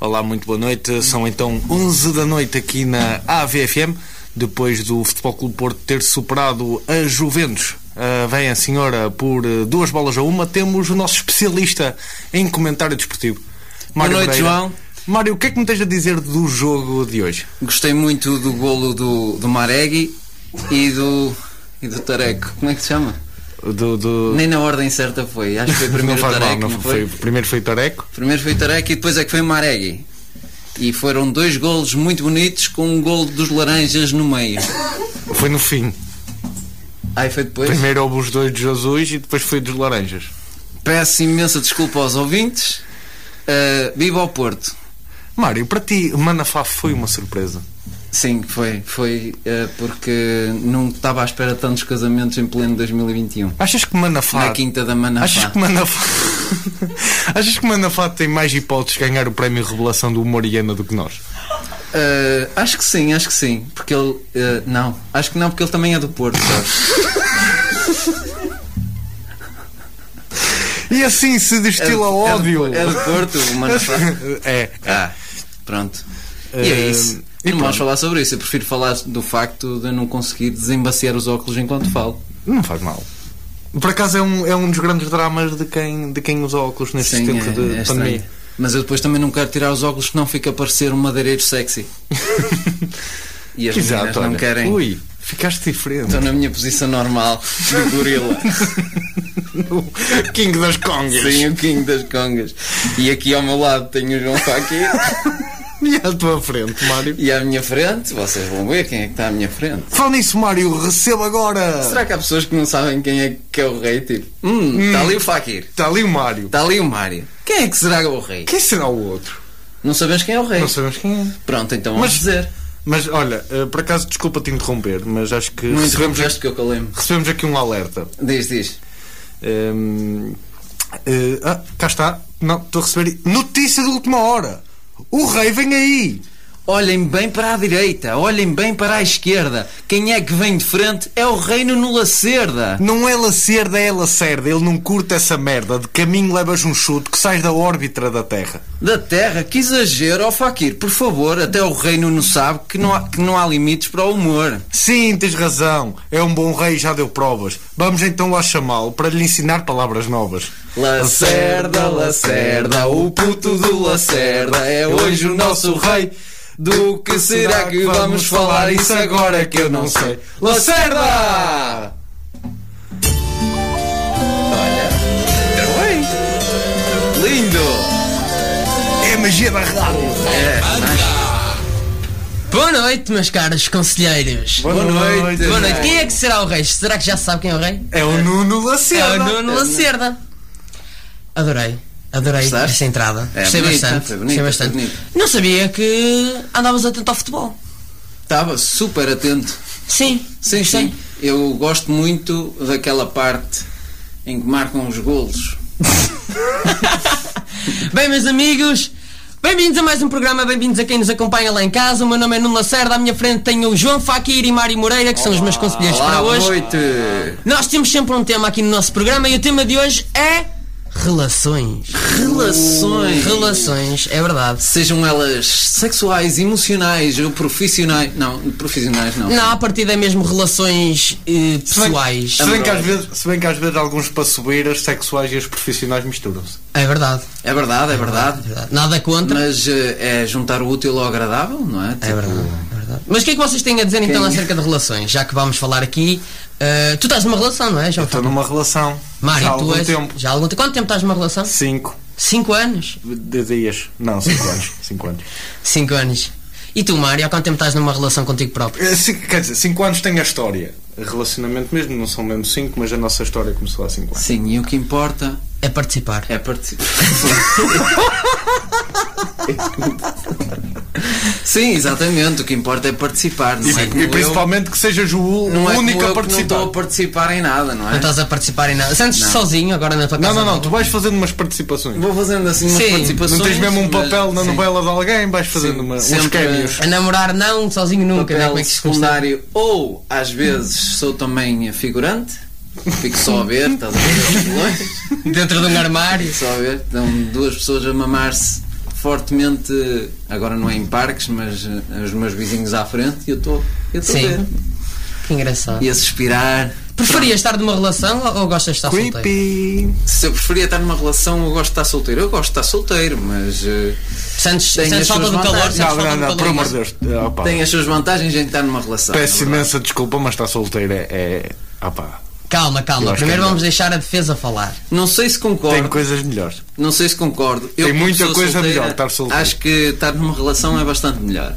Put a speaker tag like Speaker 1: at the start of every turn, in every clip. Speaker 1: Olá, muito boa noite. São então 11 da noite aqui na AVFM, depois do Futebol Clube Porto ter superado a Juventus. ah, vem a senhora por ah, duas bolas a uma. Temos o nosso especialista em comentário desportivo.
Speaker 2: noite, João.
Speaker 1: Mário, o que é que me tens a dizer do jogo de hoje?
Speaker 2: Gostei muito do golo do, do Maregui e do, e do Tareco. Como é que se chama?
Speaker 1: Do, do...
Speaker 2: Nem na ordem certa foi. Acho que foi
Speaker 1: Não
Speaker 2: primeiro o
Speaker 1: faz mal,
Speaker 2: Tareco,
Speaker 1: não
Speaker 2: não foi?
Speaker 1: foi- Primeiro foi o Tareco.
Speaker 2: Primeiro foi o Tareco e depois é que foi o Maregui. E foram dois golos muito bonitos com um golo dos laranjas no meio.
Speaker 1: Foi no fim.
Speaker 2: Aí foi depois.
Speaker 1: Primeiro houve os dois de Jesus e depois foi dos Laranjas.
Speaker 2: Peço imensa desculpa aos ouvintes. Ah, viva ao Porto.
Speaker 1: Mário, para ti, Manafá foi uma surpresa.
Speaker 2: Sim, foi. Foi ah, porque não estava à espera de tantos casamentos em pleno 2021.
Speaker 1: Achas que Manafá.
Speaker 2: Na quinta da Manafá.
Speaker 1: Achas que Manafá. Achas que Manafá tem mais hipóteses de ganhar o prémio Revelação do Humor Iena do que nós?
Speaker 2: Uh, acho que sim, acho que sim. Porque ele. uh, não, acho que não, porque ele também é do Porto, sabes?
Speaker 1: E assim se destila ódio.
Speaker 2: É do, é do Porto, o Manafá.
Speaker 1: É.
Speaker 2: Ah, pronto. E é
Speaker 1: Uh,
Speaker 2: isso.
Speaker 1: e
Speaker 2: não
Speaker 1: pronto.
Speaker 2: vamos falar sobre isso. Eu prefiro falar do facto de eu não conseguir desembaciar os óculos enquanto falo.
Speaker 1: Não faz mal. Por acaso é um, é um dos grandes dramas de quem, de quem usa óculos nestes
Speaker 2: Sim,
Speaker 1: tempos
Speaker 2: é-
Speaker 1: de
Speaker 2: é estranho.
Speaker 1: pandemia.
Speaker 2: Mas eu depois também não quero tirar os óculos, senão fica a parecer um madeireiro sexy. e as meninas não
Speaker 1: olha.
Speaker 2: querem.
Speaker 1: Ui, ficaste diferente.
Speaker 2: Estou na minha posição normal de gorila.
Speaker 1: King das Congas.
Speaker 2: Então- Sim, o King das Congas. E aqui ao meu lado tenho o João Faquir.
Speaker 1: E à tua frente, Mário.
Speaker 2: E à minha frente, vocês vão ver quem é que está à minha frente.
Speaker 1: Fala nisso, Mário, receba agora!
Speaker 2: Será que há pessoas que não sabem quem é que é o rei? Tipo, hum, está ali o Fakir,
Speaker 1: Está ali o Mário.
Speaker 2: está ali o Mário. Quem é que será o rei?
Speaker 1: Quem será o outro?
Speaker 2: Não sabemos quem é o rei.
Speaker 1: Não sabemos quem é.
Speaker 2: Pronto, então vamos
Speaker 1: Mas-
Speaker 2: dizer.
Speaker 1: Mas olha, eh, por acaso, desculpa te interromper, mas acho que
Speaker 2: Não
Speaker 1: recebemos,
Speaker 2: interrompeste que eu calei-me.
Speaker 1: recebemos aqui um alerta.
Speaker 2: Diz, diz.
Speaker 1: Hum, eh, ah, cá está. Não, estou a receber notícia de última hora. O rei vem aí.
Speaker 2: Olhem bem para a direita, olhem bem para a esquerda. Quem é que vem de frente é o reino no Lacerda.
Speaker 1: Não é Lacerda, é Lacerda. Ele não curta essa merda. De caminho levas um chute que sais da órbita da Terra.
Speaker 2: Da terra, que exagero, ó Fakir. Por favor, até o reino não sabe que não há, que não há limites para o humor.
Speaker 1: Sim, tens razão. É um bom rei, já deu provas. Vamos então lá chamá-lo para lhe ensinar palavras novas.
Speaker 2: Lacerda, Lacerda, o puto do Lacerda é hoje o nosso rei. Do que será que vamos falar? Isso agora é que eu não sei. Lacerda! Olha, bem. é Lindo!
Speaker 1: É a magia da rádio.
Speaker 2: É,
Speaker 3: Boa noite, meus caros conselheiros.
Speaker 1: Boa noite.
Speaker 3: Boa noite. Quem é que será o rei? Será que já se sabe quem é o rei?
Speaker 1: É o Nuno
Speaker 3: É o
Speaker 1: Lacerda.
Speaker 3: Nuno Lacerda. Adorei. Adorei
Speaker 2: Gostaste?
Speaker 3: esta entrada.
Speaker 2: É,
Speaker 3: Gostei
Speaker 2: bonito,
Speaker 3: bastante.
Speaker 2: foi bonito,
Speaker 3: Gostei
Speaker 2: foi
Speaker 3: bastante.
Speaker 2: bonito.
Speaker 3: Não sabia que andavas atento ao futebol.
Speaker 2: Estava super atento.
Speaker 3: Sim.
Speaker 2: Sim,
Speaker 3: gostei.
Speaker 2: sim. Eu gosto muito daquela parte em que marcam os golos.
Speaker 3: Bem, meus amigos, bem-vindos a mais um programa, bem-vindos a quem nos acompanha lá em casa. O meu nome é Nuno Lacerda, à minha frente tenho o João Faquir e Mário Moreira, que são os meus conselheiros
Speaker 2: Olá,
Speaker 3: para
Speaker 2: boa
Speaker 3: hoje.
Speaker 2: noite!
Speaker 3: Nós temos sempre um tema aqui no nosso programa e o tema de hoje é relações.
Speaker 2: Relações!
Speaker 3: Relações, é verdade.
Speaker 2: Sejam elas sexuais, emocionais ou profissionais. Não, profissionais não.
Speaker 3: Não, a partir é mesmo relações eh, pessoais.
Speaker 1: Se bem, que às vezes, se bem que às vezes alguns passoeiras sexuais e os profissionais misturam-se.
Speaker 3: É verdade.
Speaker 2: É verdade, é verdade.
Speaker 3: É verdade. Nada contra.
Speaker 2: Mas eh, é juntar o útil ao agradável, não é?
Speaker 3: É verdade, é verdade. Mas o que é que vocês têm a dizer então
Speaker 2: Quem-
Speaker 3: acerca de relações? Já que vamos falar aqui. eh, tu estás numa relação, não é, João?
Speaker 2: Tá
Speaker 1: Estou numa relação.
Speaker 3: Mário,
Speaker 1: já há
Speaker 3: tu
Speaker 1: algum
Speaker 3: és-
Speaker 1: tempo.
Speaker 3: Já há algum tempo. Quanto tempo estás numa relação?
Speaker 1: Cinco
Speaker 3: Cinco anos.
Speaker 1: de dias. Não, cinco anos. Cinco anos.
Speaker 3: Cinco anos. E tu, Mário, há quanto tempo estás numa relação contigo próprio?
Speaker 1: Eh, cin- Quer dizer, cinco anos tem a história. Relacionamento mesmo, não são mesmo cinco, mas a nossa história começou há cinco anos.
Speaker 2: Sim, e o que importa
Speaker 3: É participar.
Speaker 2: é participar. Sim, exatamente. O que importa é participar, não
Speaker 1: E,
Speaker 2: é?
Speaker 1: e
Speaker 2: como eu-
Speaker 1: principalmente que sejas o u-
Speaker 2: não é
Speaker 1: único
Speaker 2: como eu
Speaker 1: a
Speaker 2: que Não
Speaker 1: participar.
Speaker 2: estou a participar em nada, não
Speaker 3: Não
Speaker 2: é?
Speaker 3: estás a participar em nada. Sentes-te
Speaker 2: Não.
Speaker 3: sozinho agora na tua
Speaker 1: Não,
Speaker 3: casa?
Speaker 1: não, não, tu vais fazendo umas participações.
Speaker 2: Vou fazendo assim umas
Speaker 3: Sim,
Speaker 2: participações.
Speaker 1: Não tens mesmo um papel na
Speaker 2: mas- sim.
Speaker 1: novela de alguém, vais fazendo
Speaker 2: Sim,
Speaker 1: uma, uns
Speaker 2: sempre-
Speaker 1: caminhos.
Speaker 3: A namorar não, sozinho nunca. né?
Speaker 2: papel
Speaker 3: Como é que se custa?
Speaker 2: secundário ou às vezes sou também figurante fico só a ver estás a ver de longe
Speaker 3: Dentro de um armário.
Speaker 2: só a ver estão duas pessoas a mamar-se fortemente, agora não é em parques, mas eh, os meus vizinhos à frente e eu estou eu estou a
Speaker 3: Sim.
Speaker 2: ver.
Speaker 3: Que engraçado.
Speaker 2: E a suspirar.
Speaker 3: Preferias estar numa relação ou- ou gostas de estar
Speaker 2: um
Speaker 3: solteiro?
Speaker 1: Creepy.
Speaker 2: Se eu preferia estar numa relação, eu gosto de estar solteiro. Eu gosto de estar solteiro, mas eh,
Speaker 3: Sentes,
Speaker 2: Tenho
Speaker 3: sentes
Speaker 2: as
Speaker 3: falta do
Speaker 2: suas
Speaker 3: calor?
Speaker 2: vantagens.
Speaker 3: Sentes
Speaker 1: Não, não,
Speaker 3: falta do
Speaker 1: não,
Speaker 3: calor?
Speaker 1: por amor de Deus. Ah, pá.
Speaker 2: um tem as suas vantagens em estar numa relação.
Speaker 1: Peço
Speaker 2: é verdade.
Speaker 1: imensa desculpa, mas está solteiro. É. é ah, pá.
Speaker 3: Calma,
Speaker 1: Eu
Speaker 3: calma.
Speaker 1: acho que
Speaker 3: Primeiro
Speaker 1: é
Speaker 3: vamos deixar a defesa falar.
Speaker 2: Não sei se concordo.
Speaker 1: Tem coisas melhores.
Speaker 2: Não sei se concordo. Eu,
Speaker 1: Tem
Speaker 2: como
Speaker 1: muita
Speaker 2: pessoa
Speaker 1: coisa
Speaker 2: solteira,
Speaker 1: melhor estar solteiro. Hum.
Speaker 2: Acho que estar numa relação é bastante melhor.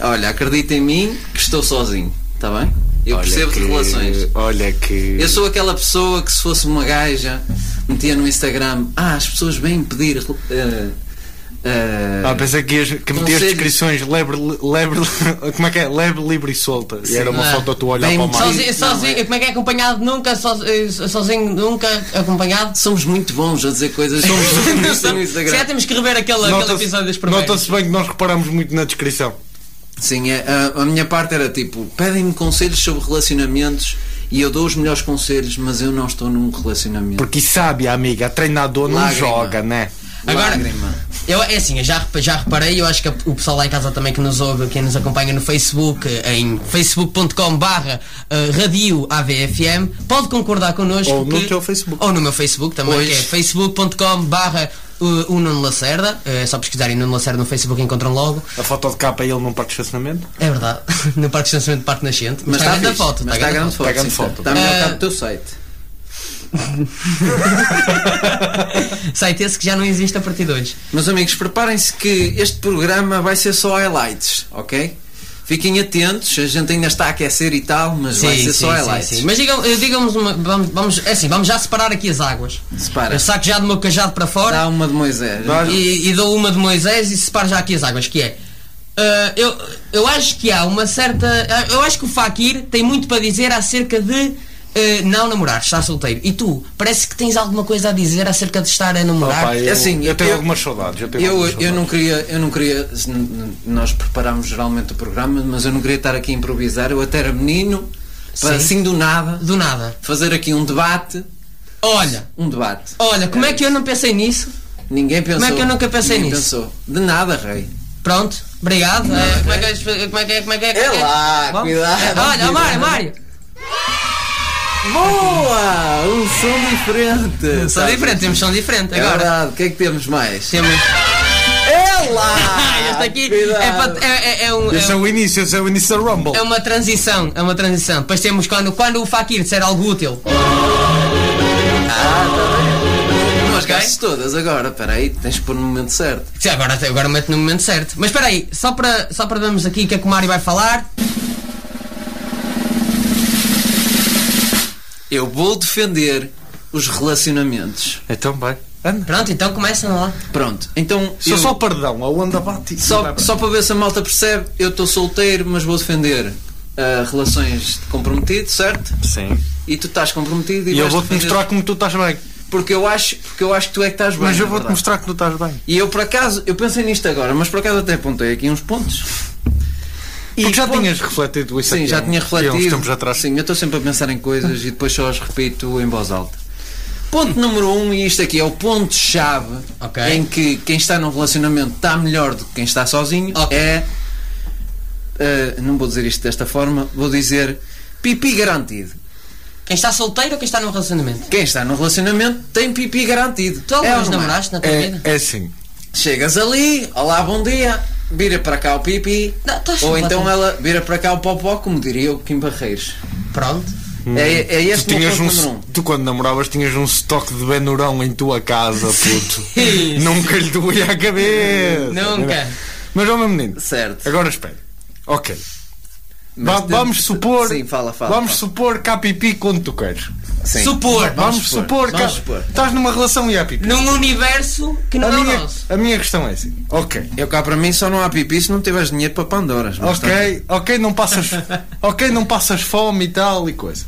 Speaker 2: Olha, acredita em mim que estou sozinho, está bem? Eu
Speaker 1: Olha
Speaker 2: percebo
Speaker 1: que-
Speaker 2: de relações.
Speaker 1: Olha que.
Speaker 2: Eu sou aquela pessoa que se fosse uma gaja metia no Instagram, ah, as pessoas vêm pedir. eh, eh,
Speaker 1: Ah, pensei que, ias, que metias
Speaker 2: Conselho.
Speaker 1: descrições lebre, lebre, como é que é? Lebre, livre e solta. E era uma
Speaker 3: Ah.
Speaker 1: foto tu olhar
Speaker 2: Bem,
Speaker 1: para o mar.
Speaker 2: Mas-
Speaker 3: Sozinho,
Speaker 2: Não,
Speaker 3: sozinho-
Speaker 2: é-
Speaker 3: como é que é acompanhado? Nunca sozinho, sozinho nunca acompanhado?
Speaker 2: Somos muito bons a dizer coisas. Somos bons no
Speaker 3: Se calhar
Speaker 2: Instagram.
Speaker 3: temos que rever aquele, aquele
Speaker 1: é Nota-se
Speaker 3: episódio das primeiras.
Speaker 1: nota-se bem que nós reparamos muito na descrição.
Speaker 2: Sim, é, a, a minha parte era tipo: pedem-me conselhos sobre relacionamentos e eu dou os melhores conselhos, mas eu não estou num relacionamento.
Speaker 1: Porque sabe, amiga, treinador não
Speaker 2: Lágrima.
Speaker 1: joga, né?
Speaker 3: Agora-
Speaker 2: Lágrima.
Speaker 3: Eu, é assim, eu já, repa- já reparei, eu acho que o pessoal lá em casa também que nos ouve, quem nos acompanha no Facebook, em facebook.com barra eh, radio AVFM, pode concordar connosco.
Speaker 1: Ou no
Speaker 3: que-
Speaker 1: teu Facebook.
Speaker 3: Ou no meu Facebook também,
Speaker 2: Pois.
Speaker 3: que é facebook.com barra eh, o Nuno Lacerda. Eh, É só pesquisarem Nuno Lacerda no Facebook e encontram logo.
Speaker 1: A foto de capa é ele num parque de estacionamento.
Speaker 3: É verdade, no Parque de Estacionamento de Parque Nascente.
Speaker 2: Mas está
Speaker 3: grande a
Speaker 2: fixe,
Speaker 3: foto,
Speaker 2: mas
Speaker 3: está
Speaker 2: está
Speaker 3: grande a
Speaker 2: grande
Speaker 3: foto.
Speaker 2: foto.
Speaker 1: Está Tá grande
Speaker 2: sim,
Speaker 1: foto.
Speaker 2: Está melhor que a
Speaker 3: Eh,
Speaker 2: do teu site.
Speaker 3: Site esse que já não existe a partir de hoje.
Speaker 2: Meus amigos, preparem-se que este programa vai ser só highlights, ok? Fiquem atentos, a gente ainda está a aquecer e tal, mas vai ser só highlights.
Speaker 3: sim. Mas digam, eh, digam-nos uma. Vamos, vamos, é assim, vamos já separar aqui as águas.
Speaker 2: Separa.
Speaker 3: Eu saco já do meu cajado para fora
Speaker 2: Dá um uma de Moisés.
Speaker 1: Dá-
Speaker 3: e, e dou uma de Moisés e separo já aqui as águas, que é. eh, eu, eu acho que há uma certa. eh, Eu acho que o Fakir tem muito para dizer acerca de eh, não namorar, estar solteiro. E tu, parece que tens alguma coisa a dizer acerca de estar a namorar.
Speaker 1: Opa, eu,
Speaker 2: assim,
Speaker 1: eu tenho
Speaker 2: eu-
Speaker 1: algumas saudades. Eu, tenho
Speaker 2: Eu,
Speaker 1: algumas
Speaker 2: eu não queria, eu não queria. se n- n- Nós preparámos geralmente o programa, mas eu não queria estar aqui a improvisar. Eu até era menino, para
Speaker 3: Sim.
Speaker 2: assim do nada,
Speaker 3: Do nada.
Speaker 2: fazer aqui um debate.
Speaker 3: Olha,
Speaker 2: Um debate.
Speaker 3: olha, como é que eu não pensei nisso?
Speaker 2: Ninguém pensou.
Speaker 3: é que eu nunca pensei
Speaker 2: ninguém
Speaker 3: nisso?
Speaker 2: pensou. De nada, rei.
Speaker 3: Pronto, obrigado. Eh, como, é que, é- como é que é? Como é que é?
Speaker 2: É lá,
Speaker 3: Vamos?
Speaker 2: cuidado,
Speaker 3: Olha,
Speaker 2: cuidado.
Speaker 3: Mário, Mário.
Speaker 2: Boa! Um som diferente.
Speaker 3: São
Speaker 2: Tá
Speaker 3: diferentes, temos som diferente
Speaker 2: É
Speaker 3: agora.
Speaker 2: verdade. O que é que temos mais?
Speaker 3: Temos.
Speaker 2: É lá!
Speaker 3: Ah, este aqui é,
Speaker 2: Cuidado.
Speaker 3: pa- é, é- é um-
Speaker 1: Esse é
Speaker 3: é um-
Speaker 1: o início, esse é o início da Rumble.
Speaker 3: é uma transição, é uma transição. Depois temos quando, quando o Fakir disser algo útil.
Speaker 2: Não as
Speaker 3: Ok.
Speaker 2: gastes todas agora. Espera aí, tens de pôr no momento certo.
Speaker 3: Sim, agora, agora mete no momento certo. Mas espera aí, só para, só para vermos aqui o que é que o Mário vai falar.
Speaker 2: Eu vou defender os relacionamentos.
Speaker 1: Então vai. Anda.
Speaker 3: Pronto, então começa lá.
Speaker 2: Pronto, então.
Speaker 1: Sou
Speaker 2: eu-
Speaker 1: só perdão, a onda bate.
Speaker 2: Só, só para ver se a malta percebe, eu estou solteiro, mas vou defender ah, relações de comprometido, certo?
Speaker 1: Sim.
Speaker 2: E tu estás comprometido e,
Speaker 1: E eu
Speaker 2: vais
Speaker 1: vou-te
Speaker 2: defender-
Speaker 1: mostrar como tu estás bem.
Speaker 2: Porque eu acho, porque eu acho que tu é que estás bem.
Speaker 1: Mas eu
Speaker 2: na
Speaker 1: vou-te
Speaker 2: verdade.
Speaker 1: mostrar que tu estás bem.
Speaker 2: E eu por acaso, eu pensei nisto agora, mas por acaso até apontei aqui uns pontos.
Speaker 1: Porque já
Speaker 2: ponto-
Speaker 1: tinhas refletido isso
Speaker 2: Sim,
Speaker 1: aqui
Speaker 2: já
Speaker 1: há um-
Speaker 2: tinha
Speaker 1: Há uns
Speaker 2: refletido.
Speaker 1: tempos atrás.
Speaker 2: Sim, eu estou sempre a pensar em coisas e depois só as repito em voz alta. Ponto número um, e isto aqui é o ponto-chave
Speaker 3: Ok.
Speaker 2: em que quem está num relacionamento está melhor do que quem está sozinho,
Speaker 3: Ok.
Speaker 2: é. eh, não vou dizer isto desta forma, vou dizer pipi garantido.
Speaker 3: Quem está solteiro ou quem está num relacionamento?
Speaker 2: Quem está num relacionamento tem pipi garantido.
Speaker 3: Tu
Speaker 2: É ou
Speaker 3: alguma vez
Speaker 2: não é?
Speaker 3: namoraste na tua vida?
Speaker 1: É, é assim.
Speaker 2: Chegas ali, olá, bom dia, vira para cá o pipi,
Speaker 3: Não, estás
Speaker 2: ou então
Speaker 3: completamente-
Speaker 2: ela vira para cá o popó, como diria o Kim Barreiros.
Speaker 3: Pronto.
Speaker 2: É, é
Speaker 1: Hum. Tu,
Speaker 2: este o meu
Speaker 1: tinhas
Speaker 2: ponto
Speaker 1: um,
Speaker 2: número um.
Speaker 1: tu quando namoravas tinhas um estoque de Benurão em tua casa, puto. Nunca lhe doía a cabeça.
Speaker 3: Nunca.
Speaker 1: Mas ó meu menino,
Speaker 2: Certo.
Speaker 1: agora espera. Ok.
Speaker 2: Mas
Speaker 1: Va-
Speaker 2: temos-
Speaker 1: vamos supor.
Speaker 2: Sim, fala, fala.
Speaker 1: vamos
Speaker 2: fala.
Speaker 1: supor que há pipi quando tu queres.
Speaker 2: Sim.
Speaker 3: Supor.
Speaker 1: Vamos, supor, que há-
Speaker 2: vamos supor.
Speaker 1: estás numa relação e há pipi.
Speaker 3: Num universo que não
Speaker 1: a,
Speaker 3: é o
Speaker 1: minha,
Speaker 3: nosso.
Speaker 1: a minha questão é assim. Ok.
Speaker 2: Eu cá para mim só não há pipi se não tiveres dinheiro para Pandoras. mas tá. está-
Speaker 1: Ok, ok, não passas, ok, não passas fome e tal e coisa.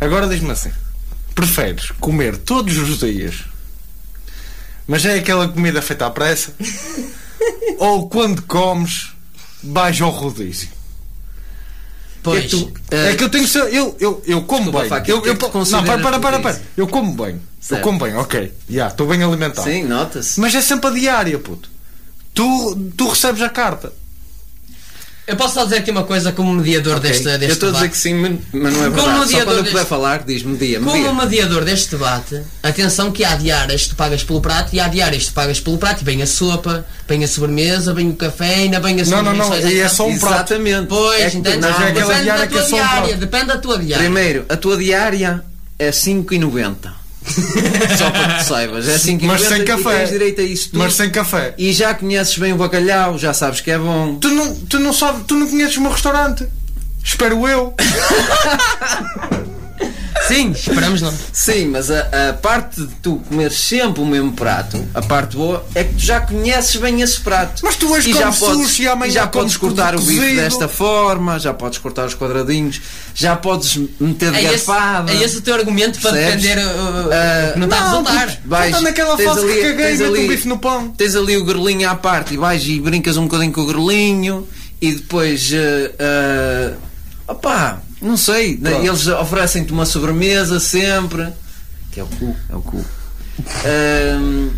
Speaker 1: Agora diz-me assim: preferes comer todos os dias, mas é aquela comida feita à pressa, ou quando comes, vais ao rodízio?
Speaker 3: Pois.
Speaker 1: É, tu-
Speaker 3: Eh,
Speaker 1: é que eu tenho. se- Eu, eu, eu como
Speaker 2: Desculpa,
Speaker 1: bem.
Speaker 2: Fábio, o
Speaker 1: eu,
Speaker 2: que é
Speaker 1: eu,
Speaker 2: que
Speaker 1: po- não,
Speaker 2: consideras
Speaker 1: para, para,
Speaker 2: tu
Speaker 1: para,
Speaker 2: que
Speaker 1: para.
Speaker 2: dizes?
Speaker 1: Eu como bem.
Speaker 2: Certo.
Speaker 1: Eu como bem, ok. Já, estou bem alimentado.
Speaker 2: Eh, Sim, nota-se.
Speaker 1: Mas é sempre a diária, puto. Tu, tu recebes a carta.
Speaker 3: Eu posso só dizer aqui uma coisa como mediador
Speaker 2: Ok,
Speaker 3: deste, deste
Speaker 2: eu estou a dizer
Speaker 3: debate.
Speaker 2: que sim, mas não é
Speaker 3: Como no
Speaker 2: verdade.
Speaker 3: dia
Speaker 2: Só quando eu
Speaker 3: do-
Speaker 2: puder falar, diz-me dia. me
Speaker 3: Como
Speaker 2: dia.
Speaker 3: mediador deste debate, atenção que há diárias que tu pagas pelo prato e há diárias que tu pagas pelo prato e vem a sopa, vem a sobremesa, vem o café, ainda vem as
Speaker 1: Não, não, não,
Speaker 3: sobremesas,
Speaker 1: e é
Speaker 3: então-
Speaker 1: só um prato.
Speaker 2: Exatamente.
Speaker 3: Pois,
Speaker 2: É que tu-
Speaker 3: entende?
Speaker 1: mas é
Speaker 3: Ah,
Speaker 1: aquela
Speaker 3: depende da
Speaker 1: diária que
Speaker 3: tua
Speaker 1: é só um
Speaker 3: diária,
Speaker 1: prato.
Speaker 3: depende da tua diária.
Speaker 2: Primeiro, a tua diária é 5,90. Só para que tu saibas. É 5,90
Speaker 1: Mas sem
Speaker 2: e
Speaker 1: café.
Speaker 2: tens direito a isso tudo.
Speaker 1: Mas sem café.
Speaker 2: E já conheces bem o bacalhau, já sabes que é bom.
Speaker 1: Tu não, tu não sabes, tu não conheces o meu restaurante. Espero eu.
Speaker 3: Sim, esperamos não.
Speaker 2: Sim, mas a, a parte de tu comeres sempre o mesmo prato, a parte boa, é que tu já conheces bem esse prato.
Speaker 1: Mas tu hoje
Speaker 2: e já
Speaker 1: comes sushi, amanhã
Speaker 2: e já
Speaker 1: comes
Speaker 2: podes cortar o
Speaker 1: tudo
Speaker 2: bife
Speaker 1: cozido.
Speaker 2: desta forma, já podes cortar os quadradinhos, já podes meter de
Speaker 3: É esse,
Speaker 2: garfada.
Speaker 3: é esse o teu argumento para
Speaker 2: Percebes?
Speaker 3: defender uh,
Speaker 2: Ah,
Speaker 3: que não está a
Speaker 1: não,
Speaker 3: resultar.
Speaker 1: puto. Já tá naquela
Speaker 2: tens
Speaker 1: fase que caguei,
Speaker 2: tens
Speaker 1: mete um bife no pão.
Speaker 2: Tens ali o grelinho à parte e vais e brincas um bocadinho com o grelinho e depois. ah, ah, opá, não sei. né,
Speaker 1: Pronto.
Speaker 2: Eles oferecem-te uma sobremesa sempre. Que é o cu, é o cu. Ahm,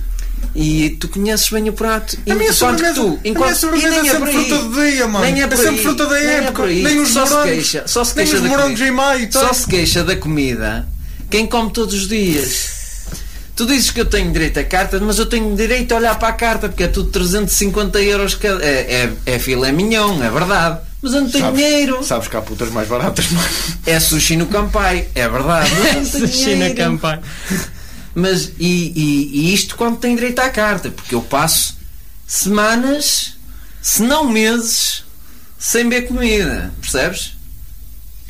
Speaker 2: e tu conheces bem o prato.
Speaker 1: A minha
Speaker 2: enquanto que
Speaker 1: sobremesa-
Speaker 2: tu,
Speaker 1: a
Speaker 2: enquanto,
Speaker 1: minha sobremesa
Speaker 2: e nem
Speaker 1: é sempre
Speaker 2: por aí.
Speaker 1: fruta do dia, mano.
Speaker 2: Nem é,
Speaker 1: É
Speaker 2: por
Speaker 1: sempre
Speaker 2: aí,
Speaker 1: fruta da
Speaker 2: nem é
Speaker 1: época,
Speaker 2: por aí.
Speaker 1: nem os
Speaker 2: só se
Speaker 1: morangos.
Speaker 2: queixa, só se
Speaker 1: Nem
Speaker 2: queixa
Speaker 1: os
Speaker 2: da
Speaker 1: morangos
Speaker 2: comida.
Speaker 1: em maio e
Speaker 2: Só
Speaker 1: tal.
Speaker 2: se queixa da comida quem come todos os dias. Tu dizes que eu tenho direito a carta, mas eu tenho direito a olhar para a carta, porque é tudo 350 euros cada. É, é, é filé mignon, é verdade. Mas eu não tenho
Speaker 1: Sabes-
Speaker 2: dinheiro.
Speaker 1: Sabes que há putas mais baratas, mano.
Speaker 2: É sushi no campai, é verdade. Mas eu
Speaker 1: tipo,
Speaker 2: não tenho dinheiro. Mas e, e- e isto quando tem direito à carta? Porque eu passo semanas, se não meses, sem ver comida, percebes?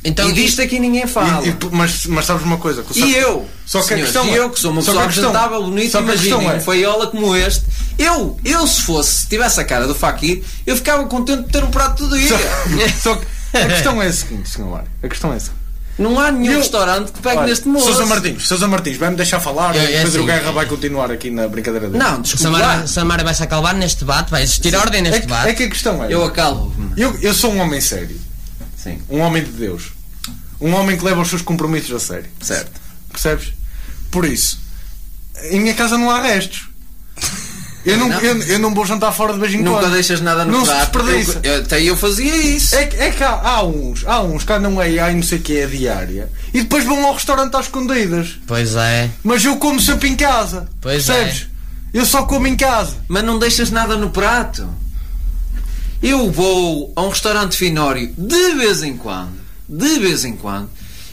Speaker 3: Então,
Speaker 2: e disto aqui ninguém fala.
Speaker 1: E- e- mas, mas sabes uma coisa? que-
Speaker 2: E eu,
Speaker 1: Só que a
Speaker 2: senhores,
Speaker 1: questão
Speaker 2: e
Speaker 1: é-
Speaker 2: eu que sou uma
Speaker 1: só
Speaker 2: pessoa
Speaker 1: que a questão-
Speaker 2: apresentável, bonita,
Speaker 1: só que a questão
Speaker 2: imaginem
Speaker 1: é-
Speaker 2: um faiola como este. Eu, eu se fosse, se tivesse a cara do Fakir, eu ficava contente de ter um prato todo dia.
Speaker 1: Só que a questão é a seguinte, senhor Mário. A questão é essa.
Speaker 2: Não há nenhum
Speaker 1: Eu-
Speaker 2: restaurante que pegue
Speaker 1: Olha,
Speaker 2: neste moço.
Speaker 1: Sousa Martins, Sousa Martins, vai-me deixar falar.
Speaker 3: É,
Speaker 1: e
Speaker 3: é
Speaker 1: Pedro
Speaker 3: assim.
Speaker 1: Guerra vai continuar aqui na brincadeira dele.
Speaker 2: Não, desculpa. lá.
Speaker 3: Samara, Samara vai se acalmar neste debate, vai existir ordem
Speaker 1: é,
Speaker 3: neste
Speaker 1: que-
Speaker 3: debate.
Speaker 1: é que a questão é.
Speaker 2: Eu acalmo-me.
Speaker 1: eu, eu sou um homem sério.
Speaker 2: Sim,
Speaker 1: Um homem de Deus. Um homem que leva os seus compromissos a sério.
Speaker 2: certo.
Speaker 1: Percebes? Por isso, em minha casa não há restos. Eu não,
Speaker 2: Não.
Speaker 1: Eu, eu não vou jantar fora de vez em quando.
Speaker 2: Nunca deixas nada no
Speaker 1: Não se
Speaker 2: prato.
Speaker 1: desperdiça.
Speaker 2: Eu, eu- até eu fazia isso.
Speaker 1: É que, é que há, há uns, há uns que andam aí, ai não sei o que é diária, e depois vão ao restaurante às escondidas.
Speaker 3: Pois é.
Speaker 1: Mas eu como sempre em casa.
Speaker 3: Pois
Speaker 2: é.
Speaker 1: percebes? Eu só como em casa.
Speaker 2: mas não deixas nada no prato. Eu vou a um restaurante finório de vez em quando, de vez em quando,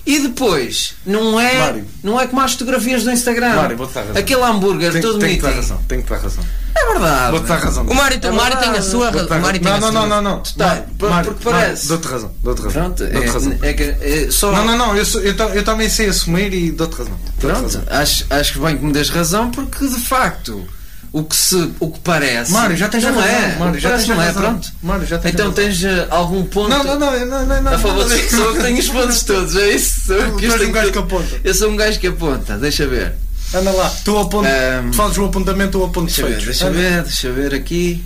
Speaker 2: e depois não é,
Speaker 1: Mário.
Speaker 2: não é como as fotografias do Instagram.
Speaker 1: Mário, vou-te dar razão.
Speaker 2: Aquele hambúrguer
Speaker 1: Tenho,
Speaker 2: todo
Speaker 1: tenho que
Speaker 2: bonitinho.
Speaker 1: dar razão, tenho que dar razão.
Speaker 2: É verdade.
Speaker 1: Vou-te dar razão.
Speaker 3: O Mário, o
Speaker 1: É
Speaker 3: Mário tem a sua
Speaker 1: Vou-te
Speaker 3: razão.
Speaker 1: dar
Speaker 3: O
Speaker 1: razão.
Speaker 3: Mário tem a
Speaker 1: Não, não,
Speaker 3: sua
Speaker 1: não, não,
Speaker 3: razão.
Speaker 1: não.
Speaker 2: Tu tá, por- porque parece.
Speaker 1: Dou-te razão, dou-te razão.
Speaker 2: Pronto,
Speaker 1: dou-te razão.
Speaker 2: é, é que- é só.
Speaker 1: Não, não, não, eu, sou- eu, ta- eu também sei assumir e dou-te razão. Dou-te
Speaker 2: Pronto,
Speaker 1: razão.
Speaker 2: acho, acho que bem que me des razão, porque de facto. O que, se, o que parece.
Speaker 1: Mário, já tens
Speaker 2: não
Speaker 1: razão.
Speaker 2: é.
Speaker 1: Mário, já
Speaker 2: parece
Speaker 1: tens
Speaker 2: não é,
Speaker 1: razão.
Speaker 2: pronto.
Speaker 1: Mário, já tens
Speaker 2: então
Speaker 1: razão.
Speaker 2: tens eh, algum ponto.
Speaker 1: Não, não, não, não, não, não.
Speaker 2: A favor das pessoas que têm os pontos todos, é isso? Sou eu
Speaker 1: Tu
Speaker 2: que
Speaker 1: és
Speaker 2: os tenho
Speaker 1: um gajo
Speaker 2: todos.
Speaker 1: que aponta.
Speaker 2: Eu sou um gajo que aponta, deixa ver.
Speaker 1: Anda lá, tu aponto,
Speaker 2: Ahm,
Speaker 1: fazes o apontamento, eu aponto
Speaker 2: Deixa ver,
Speaker 1: feitos.
Speaker 2: deixa
Speaker 1: Anda.
Speaker 2: ver, deixa ver aqui.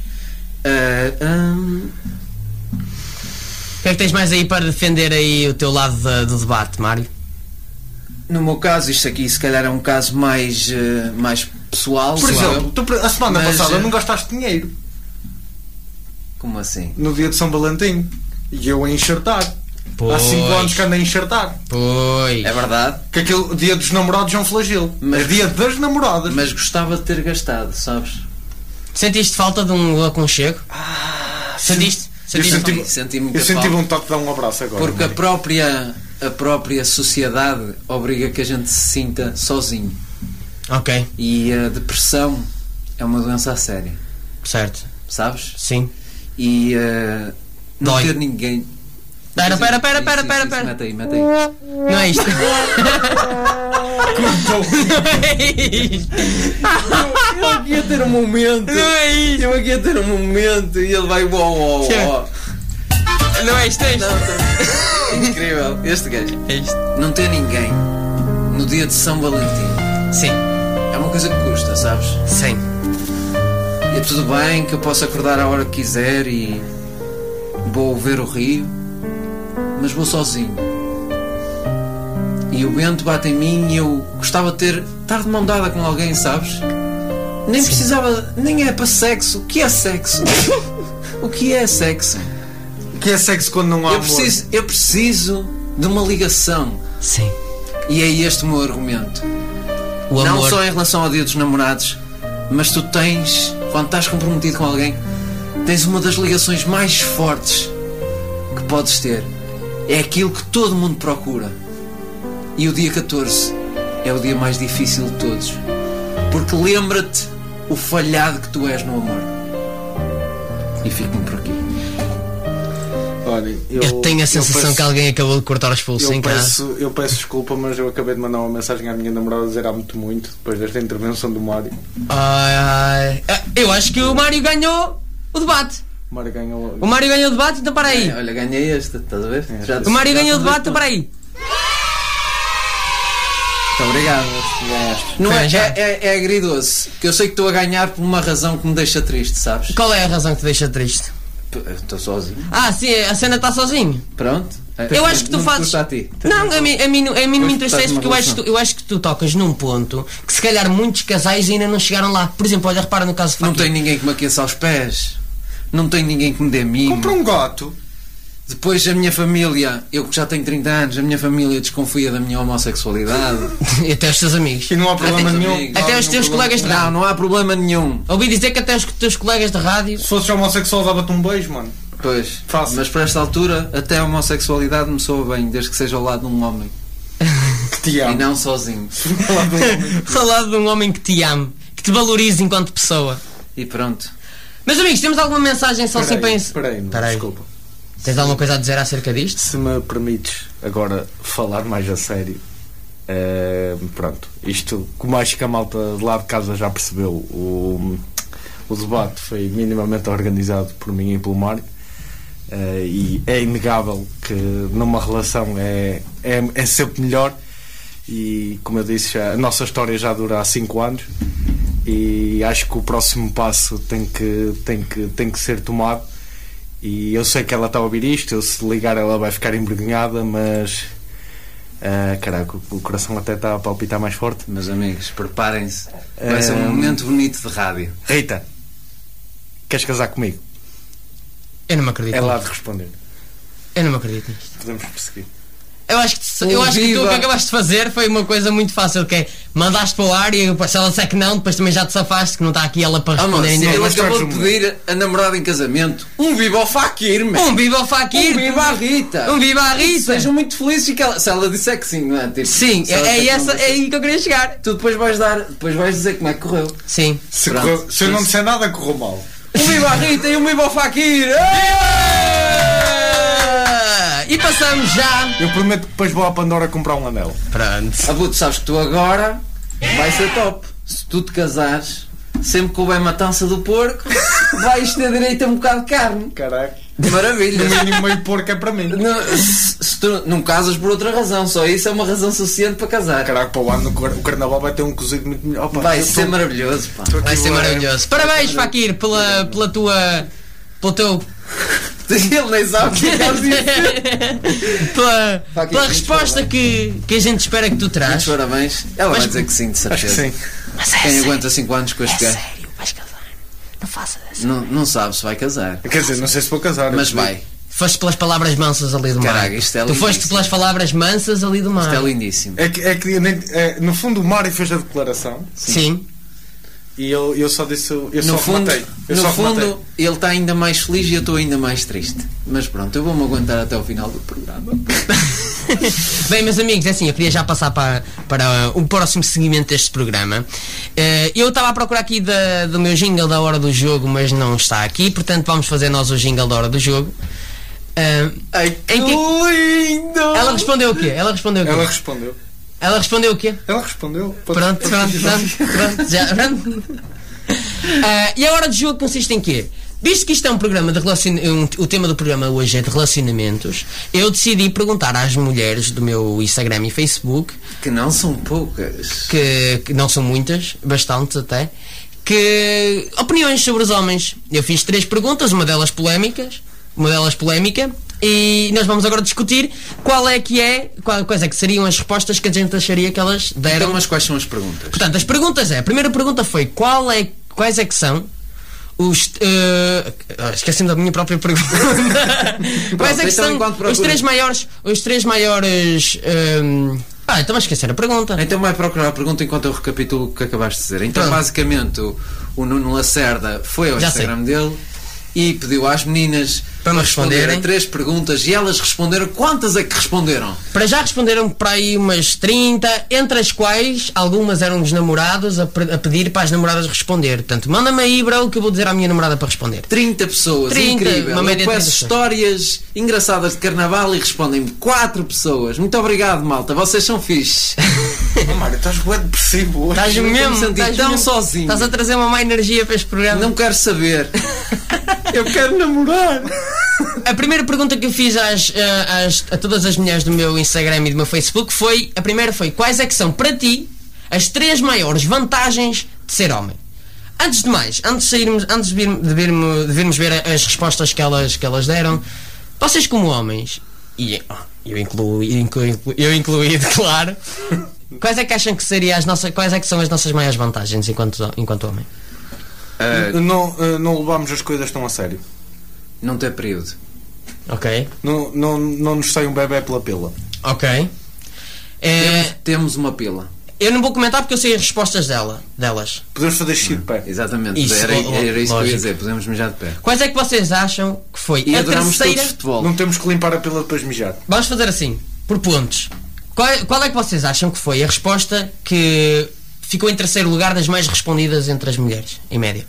Speaker 2: Ah, hum,
Speaker 3: O que é que tens mais aí para defender aí o teu lado da- do debate, Mário?
Speaker 2: no meu caso, isto aqui se calhar é um caso mais, eh, mais pessoal.
Speaker 1: Por
Speaker 2: sei lá.
Speaker 1: exemplo, tu, pre- a semana
Speaker 2: Mas,
Speaker 1: passada
Speaker 2: eh,
Speaker 1: não gastaste dinheiro
Speaker 2: Como assim?
Speaker 1: no dia de São Valentim e eu a enxertar. Há
Speaker 3: Pois.
Speaker 1: 5 anos que ando a enxertar.
Speaker 3: Pois.
Speaker 2: É verdade,
Speaker 1: Que aquele dia dos namorados é um flagelo.
Speaker 2: Mas-
Speaker 1: é dia das namoradas.
Speaker 2: mas gostava de ter gastado, sabes?
Speaker 3: Sentiste falta de um aconchego? sentiste?
Speaker 1: eu
Speaker 3: Sentiste?
Speaker 1: senti, um-
Speaker 2: Senti muita
Speaker 1: eu senti
Speaker 2: falta.
Speaker 1: vontade de dar um abraço agora.
Speaker 2: Porque a
Speaker 1: Mário.
Speaker 2: própria, a própria sociedade obriga que a gente se sinta sozinho.
Speaker 3: Ok,
Speaker 2: E a depressão é uma doença a séria,
Speaker 3: certo.
Speaker 2: sabes?
Speaker 3: Sim.
Speaker 2: e eh, não
Speaker 3: Dói.
Speaker 2: ter ninguém.
Speaker 3: Pera, pera, pera,
Speaker 2: Isso,
Speaker 3: pera,
Speaker 2: isso,
Speaker 3: pera,
Speaker 2: isso,
Speaker 3: pera.
Speaker 2: Mete aí, mete aí.
Speaker 3: Não é isto. Não é isto.
Speaker 2: Eu aqui a ter um momento.
Speaker 3: Não é isto.
Speaker 2: Eu aqui a ter um momento e ele vai uau, uau, uau.
Speaker 3: Não é isto. É isto.
Speaker 2: tá- Incrível. Este gajo.
Speaker 3: É isto.
Speaker 2: Não ter ninguém no dia de São Valentim
Speaker 3: Sim,
Speaker 2: é uma coisa que custa, sabes?
Speaker 3: sim.
Speaker 2: E é tudo bem que eu posso acordar a hora que quiser e vou ver o rio. mas vou sozinho. E o vento bate em mim e eu gostava de ter estar de mão dada com alguém, sabes? Nem precisava, nem é para sexo. O que é sexo? o que é sexo?
Speaker 1: Que é sexo quando não há
Speaker 2: Eu
Speaker 1: amor.
Speaker 2: preciso, eu preciso de uma ligação.
Speaker 3: Sim.
Speaker 2: E é este o meu argumento.
Speaker 3: O amor.
Speaker 2: Não só em relação ao dia dos namorados, mas tu tens, quando estás comprometido com alguém, tens uma das ligações mais fortes que podes ter. É aquilo que todo mundo procura. E o dia 14 é o dia mais difícil de todos. Porque lembra-te o falhado que tu és no amor. E fico-me por aqui.
Speaker 1: Olhem,
Speaker 3: Eu tenho a sensação
Speaker 1: peço-
Speaker 3: que alguém acabou de cortar os pulsos em
Speaker 1: Eu
Speaker 3: casa.
Speaker 1: peço, eu peço desculpa, mas eu acabei de mandar uma mensagem à minha namorada a dizer há muito muito, depois desta intervenção do Mário.
Speaker 3: Ai, ai. Ah, Eu acho que o Mário ganhou o debate.
Speaker 1: O Mário ganhou.
Speaker 3: O Mário ganhou o debate, então para aí.
Speaker 2: Olha, ganhei esta, estás a ver? Já te-
Speaker 3: O Mário
Speaker 2: já
Speaker 3: ganhou o
Speaker 2: te- um
Speaker 3: debate, então para aí.
Speaker 2: Muito obrigado. Não é,
Speaker 3: Foi, já.
Speaker 2: é, é, é agridoce, que eu sei que estou a ganhar por uma razão que me deixa triste, sabes?
Speaker 3: Qual é a razão que te deixa triste?
Speaker 2: P- Estou sozinho.
Speaker 3: Ah, sim, a cena está sozinho.
Speaker 2: Pronto. Então,
Speaker 3: Eu acho que tu
Speaker 2: Não me
Speaker 3: fazes. Tá
Speaker 2: custa a ti.
Speaker 3: Não, a mim, a mim, não- a mim não
Speaker 2: Mas tu
Speaker 3: me
Speaker 2: estás
Speaker 3: entristece porque eu
Speaker 2: numa
Speaker 3: acho, que, tu- eu acho que tu tocas num ponto que se calhar muitos casais ainda não chegaram lá. Por exemplo, olha, repara no caso de
Speaker 2: Não
Speaker 3: Fakir.
Speaker 2: tenho ninguém que me aqueça aos pés. Não tenho ninguém que me dê mimo.
Speaker 1: Compra um gato.
Speaker 2: Depois a minha família, eu que já tenho 30 anos, a minha família desconfia da minha homossexualidade.
Speaker 3: E até os teus amigos.
Speaker 1: E não há problema
Speaker 2: Até-
Speaker 1: nenhum.
Speaker 2: Amigos.
Speaker 1: Não há
Speaker 3: até os
Speaker 1: nenhum
Speaker 3: teus
Speaker 1: problema.
Speaker 3: colegas de
Speaker 2: não,
Speaker 3: rádio.
Speaker 2: não há problema nenhum.
Speaker 3: Ouvi dizer que até os teus colegas de rádio.
Speaker 1: Se fosses homossexual, dava-te um beijo, mano.
Speaker 2: Pois.
Speaker 1: Fácil.
Speaker 2: Mas para esta altura, até a homossexualidade me soa bem, desde que seja ao lado de um homem.
Speaker 1: Que te
Speaker 2: E
Speaker 1: amo.
Speaker 2: não sozinho.
Speaker 3: Ao lado de um homem que te ame, que te valorize enquanto pessoa.
Speaker 2: E pronto.
Speaker 3: Meus amigos, temos alguma mensagem só assim para ens-
Speaker 1: Peraí,
Speaker 3: Peraí.
Speaker 1: desculpa.
Speaker 3: Tens alguma coisa a dizer acerca disto?
Speaker 1: Se me permites agora falar mais a sério, ehm, pronto, isto, como acho que a malta de lá de casa já percebeu, o, o debate foi minimamente organizado por mim e pelo Mário. eh, e é inegável que numa relação é, é, é sempre melhor. E como eu disse, já- a nossa história já dura há 5 anos. E acho que o próximo passo tem que, tem que, tem que ser tomado. E eu sei que ela está a ouvir isto, eu se ligar ela vai ficar envergonhada, mas. ah, caraca, o coração até está a palpitar mais forte.
Speaker 2: Meus amigos, preparem-se. Vai
Speaker 1: Eh,
Speaker 2: ser um momento bonito de rádio.
Speaker 1: Rita, queres casar comigo?
Speaker 3: Eu não me acredito.
Speaker 1: É lá de
Speaker 3: nisto.
Speaker 1: responder.
Speaker 3: Eu não me acredito nisto.
Speaker 1: Podemos prosseguir.
Speaker 3: Eu acho que, tu- eu
Speaker 2: Oh,
Speaker 3: acho que tu, o
Speaker 2: viva!
Speaker 3: que acabaste de fazer foi uma coisa muito fácil, que é mandaste para o ar e se ela disser que não, depois também já te safaste que não está aqui ela para
Speaker 2: Ah, mano,
Speaker 3: responder em
Speaker 2: ele
Speaker 3: direto.
Speaker 1: mas
Speaker 2: acabou
Speaker 1: torce
Speaker 2: de
Speaker 1: um
Speaker 2: pedir a namorada em casamento. Um viva ao Fakir, man.
Speaker 3: Um viva ao Fakir!
Speaker 2: Um viva à Rita.
Speaker 3: Um viva à Rita!
Speaker 2: Sejam muito felizes e que ela- se ela disser que sim, não é? Tipo,
Speaker 3: Sim,
Speaker 2: se
Speaker 3: é,
Speaker 2: ela
Speaker 3: é
Speaker 2: disser que
Speaker 3: essa,
Speaker 2: não,
Speaker 3: é aí que eu queria chegar.
Speaker 2: Tu depois vais dar, depois vais dizer como é que correu.
Speaker 3: Sim.
Speaker 1: Se,
Speaker 2: Pronto.
Speaker 1: correu- se eu não disser nada, correu mal.
Speaker 2: Um viva à Rita e um viva ao Fakir.
Speaker 3: Ah, E passamos já.
Speaker 1: Eu prometo que depois vou à Pandora comprar um anel.
Speaker 3: Pronto.
Speaker 2: Abu, tu Ah, sabes que tu agora vai ser top. Se tu te casares, sempre que houver matança do porco, vais ter direito a um bocado de carne.
Speaker 1: Caraca.
Speaker 2: Maravilha.
Speaker 1: No mínimo, meio porco é para mim.
Speaker 2: Não, se, se tu não casas por outra razão, só isso é uma razão suficiente para casar.
Speaker 1: Caraca, para o ano o car- o carnaval vai ter um cozido muito melhor. Opa,
Speaker 2: Vai
Speaker 1: eu
Speaker 2: ser
Speaker 1: tô-
Speaker 2: maravilhoso, pá.
Speaker 1: tô aqui
Speaker 3: Vai ser
Speaker 1: bué-
Speaker 3: maravilhoso. Parabéns, Fakir, pela, pela tua. pelo teu.
Speaker 2: Ele nem sabe o que é que ele disse.
Speaker 3: pela
Speaker 2: Fakir,
Speaker 3: pela
Speaker 2: muitos
Speaker 3: resposta que, que a gente espera que tu
Speaker 2: Muitos
Speaker 3: traz.
Speaker 2: parabéns. Ela
Speaker 3: Mas-
Speaker 2: vai dizer que sim, de
Speaker 1: Acho que
Speaker 2: certeza.
Speaker 1: sim.
Speaker 3: Mas é
Speaker 2: Quem
Speaker 3: sério,
Speaker 2: aguenta 5 anos com este
Speaker 3: é
Speaker 2: gajo
Speaker 3: sério, vais casar. Não faça dessa.
Speaker 2: não, não sabe se vai casar.
Speaker 1: Quer dizer, não sei se vou casar.
Speaker 2: Mas
Speaker 1: eu digo.
Speaker 2: vai.
Speaker 3: Foste pelas palavras mansas ali do mar.
Speaker 2: Caraca, isto é
Speaker 3: tu foste
Speaker 2: lindíssimo.
Speaker 3: pelas palavras mansas ali do mar.
Speaker 2: Isto é lindíssimo.
Speaker 1: É que, é que eu nem- é, no fundo o Mário fez a declaração
Speaker 3: Sim.
Speaker 1: e eu, eu só disse. Eu só
Speaker 2: No fundo,
Speaker 1: rematei. Eu só
Speaker 2: no
Speaker 1: rematei.
Speaker 2: fundo ele está ainda mais feliz e eu estou ainda mais triste. Mas pronto, eu vou-me aguentar até ao final do programa.
Speaker 3: Bem, meus amigos, é assim, eu queria já passar para, para o próximo seguimento deste programa. Eh, Eu estava a procurar aqui da- do meu jingle da hora do jogo, mas não está aqui, portanto vamos fazer nós o jingle da hora do jogo. Eh,
Speaker 2: Ai, que
Speaker 3: Em que-
Speaker 2: lindo!
Speaker 3: Ela respondeu o quê? Ela respondeu o quê?
Speaker 1: Ela respondeu.
Speaker 3: Ela respondeu o quê?
Speaker 1: Ela respondeu. Pode-
Speaker 3: Pronto,
Speaker 1: pode-
Speaker 3: pronto, pronto, pronto, já, pronto. Ah, e a hora de jogo consiste em quê? Visto que isto é um programa de relacionamento, o tema do programa hoje é de relacionamentos, eu decidi perguntar às mulheres do meu Instagram e Facebook,
Speaker 2: Que não são poucas.
Speaker 3: que, que não são muitas, bastante até, que opiniões sobre os homens. Eu fiz três perguntas, uma delas polémicas, uma delas polémica, E nós vamos agora discutir qual é que é, qual, quais é que seriam as respostas que a gente acharia que elas deram.
Speaker 2: Então, mas quais são as perguntas?
Speaker 3: Portanto, as perguntas é, a primeira pergunta foi qual é, quais é que são os eh, ah, esqueci-me da minha própria pergunta. quais é que
Speaker 2: então,
Speaker 3: são
Speaker 2: enquanto procura-
Speaker 3: os três maiores, os três maiores ehm, Ah, então a esquecer a pergunta.
Speaker 2: Então vai procurar a pergunta enquanto eu recapitulo o que acabaste de dizer. Então,
Speaker 3: Pronto.
Speaker 2: basicamente, o, o Nuno Lacerda foi ao
Speaker 3: Ah. Já
Speaker 2: Instagram dele e pediu às meninas
Speaker 3: Para me responderem.
Speaker 2: a três perguntas e elas responderam. Quantas é que responderam?
Speaker 3: Para já responderam para aí umas 30, entre as quais algumas eram os namorados a, pre- a pedir para as namoradas responder. Portanto, manda-me aí, bro, que eu vou dizer à minha namorada para responder.
Speaker 2: 30 pessoas,
Speaker 3: 30,
Speaker 2: incrível.
Speaker 3: uma média
Speaker 2: Eu
Speaker 3: de
Speaker 2: peço
Speaker 3: 30.
Speaker 2: histórias engraçadas de carnaval e respondem-me 4 pessoas. Muito obrigado, malta. Vocês são fixes.
Speaker 1: Oh, Mário, estás bué depressivo hoje.
Speaker 3: Estás
Speaker 2: Eu
Speaker 3: mesmo,
Speaker 2: me senti
Speaker 3: estás
Speaker 2: tão
Speaker 3: mesmo-
Speaker 2: sozinho.
Speaker 3: Estás a trazer uma má energia para este programa.
Speaker 2: Não quero saber. Eu quero namorar.
Speaker 3: A primeira pergunta que eu fiz às, ah, às- a todas as mulheres do meu Instagram e do meu Facebook foi: a primeira foi, quais é que são para ti as três maiores vantagens de ser homem? Antes de mais, antes de, sairmos, antes de, vir- de virmo- de virmos ver a- as respostas que elas, que elas deram, vocês, como homens, e oh, eu incluo, incluo- incluo- eu incluído, claro, quais é que acham que seria as nossas, quais é que são as nossas maiores vantagens enquanto, enquanto homem?
Speaker 2: Ah,
Speaker 1: Não, eh, não levámos as coisas tão a sério.
Speaker 2: Não tem período.
Speaker 3: Ok?
Speaker 1: Não, não, não nos sai um bebê pela pila.
Speaker 3: Ok. É,
Speaker 2: Temos- Temos uma pila.
Speaker 3: Eu não vou comentar porque eu sei as respostas dela, delas.
Speaker 1: Podemos fazer xixi de pé.
Speaker 2: Exatamente.
Speaker 3: Isso,
Speaker 2: era,
Speaker 3: lo-
Speaker 2: era isso que eu ia
Speaker 3: lógico.
Speaker 2: dizer. Podemos mijar de pé.
Speaker 3: Quais é que vocês acham que foi
Speaker 2: E
Speaker 3: a
Speaker 2: adoramos
Speaker 3: terceira?
Speaker 2: todos futebol.
Speaker 1: Não temos que limpar a pila depois de mijar.
Speaker 3: Vamos fazer assim, por pontos. Qual, é- qual é que vocês acham que foi a resposta que ficou em terceiro lugar das mais respondidas entre as mulheres, em média?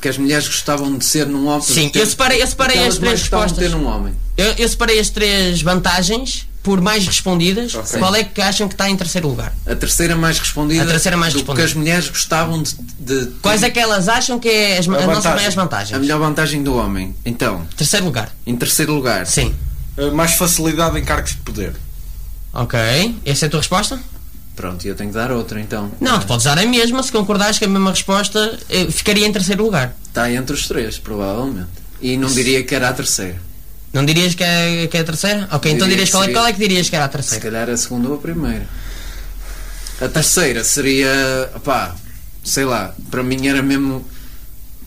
Speaker 2: Que as mulheres gostavam de ser num homem.
Speaker 3: Sim,
Speaker 2: de ter-
Speaker 3: eu separei, eu separei
Speaker 2: que elas
Speaker 3: as três
Speaker 2: mais gostavam de
Speaker 3: respostas.
Speaker 2: ter num homem.
Speaker 3: Eu, eu separei as três vantagens por mais respondidas.
Speaker 1: Ok.
Speaker 3: Qual é que acham que está em terceiro lugar?
Speaker 2: A terceira mais respondida.
Speaker 3: A terceira mais
Speaker 2: do
Speaker 3: respondida.
Speaker 2: Que as mulheres gostavam de. de ter
Speaker 3: Quais é que elas acham que é as, as nossas
Speaker 1: vantagem.
Speaker 3: maiores
Speaker 2: A
Speaker 3: vantagens?
Speaker 2: melhor vantagem do homem. Então,
Speaker 3: Terceiro lugar.
Speaker 2: em terceiro lugar.
Speaker 3: Sim.
Speaker 1: Eh, mais facilidade em cargos de poder.
Speaker 3: Ok. Essa é a tua resposta?
Speaker 2: Pronto, eu tenho que dar outra então.
Speaker 3: Não, tu podes dar a mesma, se concordares que a mesma resposta eh, ficaria em terceiro lugar.
Speaker 2: Está entre os três, provavelmente. E não diria que era a terceira.
Speaker 3: Não dirias que é, que é a terceira? Ok, então
Speaker 2: Diria
Speaker 3: dirias
Speaker 2: que
Speaker 3: qual, é,
Speaker 2: seria.
Speaker 3: qual é que dirias que era a
Speaker 2: Se
Speaker 3: terceira?
Speaker 2: calhar a segunda ou a primeira. A terceira seria. pá, sei lá. Para mim era mesmo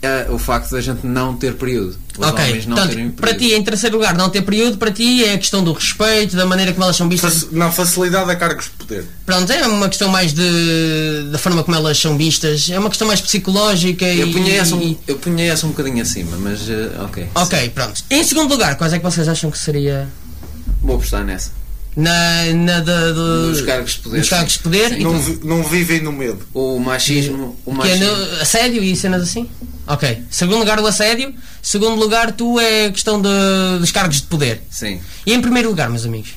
Speaker 2: eh, o facto da gente não ter período. Os
Speaker 3: Ok,
Speaker 2: homens não terem
Speaker 3: portanto,
Speaker 2: período.
Speaker 3: para ti, é em terceiro lugar, não ter período, para ti é a questão do respeito, da maneira como elas são vistas.
Speaker 1: Faci- não, facilidade a cargos de poder.
Speaker 3: Pronto, é uma questão mais de. da forma como elas são vistas, é uma questão mais psicológica
Speaker 2: Eu
Speaker 3: e.
Speaker 2: punha, essa um,
Speaker 3: e-
Speaker 2: eu punha essa um bocadinho acima, mas eh, ok.
Speaker 3: Ok, pronto. Em segundo lugar, quais é que vocês acham que seria.
Speaker 2: Vou apostar nessa.
Speaker 3: na. na da- do-
Speaker 2: Dos cargos de poder,
Speaker 3: Dos cargos de poder. e
Speaker 1: Não,
Speaker 3: tudo.
Speaker 1: vi- não vivem no medo.
Speaker 2: O machismo. O
Speaker 3: Que é
Speaker 2: machismo.
Speaker 3: no, assédio e cenas assim? Ok. Segundo lugar, o assédio. Segundo lugar, tu é a questão de, dos cargos de poder.
Speaker 2: Sim.
Speaker 3: E em primeiro lugar, meus amigos?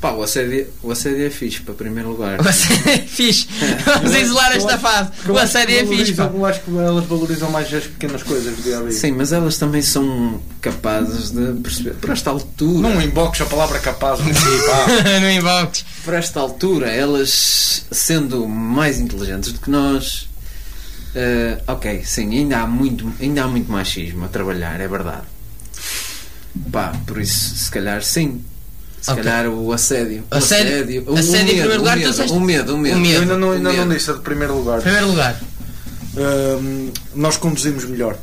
Speaker 2: Pá, o assédio, o assédio é fixe, para primeiro lugar.
Speaker 3: Você é fixe. Vamos isolar esta fase. O assédio é fixe, pá.
Speaker 1: Eu acho que elas valorizam mais as pequenas coisas do dia a dia.
Speaker 2: Sim, mas elas também são capazes de perceber. Por esta altura.
Speaker 1: Não inbox a palavra capaz. mas sim, pá.
Speaker 3: Não inbox.
Speaker 2: Por esta altura, elas sendo mais inteligentes do que nós. eh, ok, sim, ainda há, muito, ainda há muito machismo a trabalhar, é verdade. Pá, por isso, se calhar sim. Se
Speaker 3: Ok.
Speaker 2: calhar o assédio. o
Speaker 3: Assédio-
Speaker 2: o
Speaker 3: assédio em
Speaker 2: medo,
Speaker 3: primeiro lugar,
Speaker 2: o
Speaker 3: tu
Speaker 2: medo,
Speaker 3: disseste?
Speaker 2: o medo, o medo.
Speaker 3: O
Speaker 1: Eu
Speaker 3: medo.
Speaker 1: ainda não, ainda não
Speaker 2: Medo.
Speaker 1: disse a de primeiro lugar.
Speaker 3: Primeiro lugar.
Speaker 1: Hum, nós conduzimos melhor.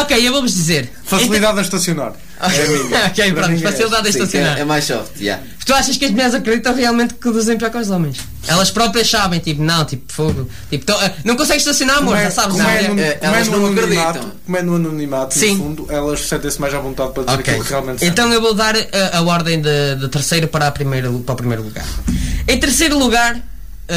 Speaker 3: Ok, eu vou-vos dizer.
Speaker 1: Facilidade a estacionar. É a minha.
Speaker 3: ok,
Speaker 1: Para
Speaker 3: pronto.
Speaker 1: mim é.
Speaker 3: Facilidade a
Speaker 2: Sim, é, é
Speaker 3: estacionar.
Speaker 2: mais soft, yeah.
Speaker 3: Tu achas que as mulheres acreditam realmente que conduzem pior que os homens? Elas próprias sabem, tipo, não, tipo, fogo. Tipo, tô- ah, não consegues estacionar, amor, já sabes.
Speaker 1: como
Speaker 3: não,
Speaker 1: é
Speaker 3: é-
Speaker 1: no,
Speaker 2: é,
Speaker 1: como é
Speaker 2: elas
Speaker 1: no
Speaker 2: não
Speaker 1: anonimato,
Speaker 2: acreditam.
Speaker 1: como é no anonimato
Speaker 3: Sim.
Speaker 1: no fundo, elas sentem-se mais à vontade para dizer
Speaker 3: Ok.
Speaker 1: aquilo que realmente
Speaker 3: Então
Speaker 1: sentem.
Speaker 3: eu vou dar a, a ordem de, de terceiro para, a primeiro, para o primeiro lugar. Em terceiro lugar,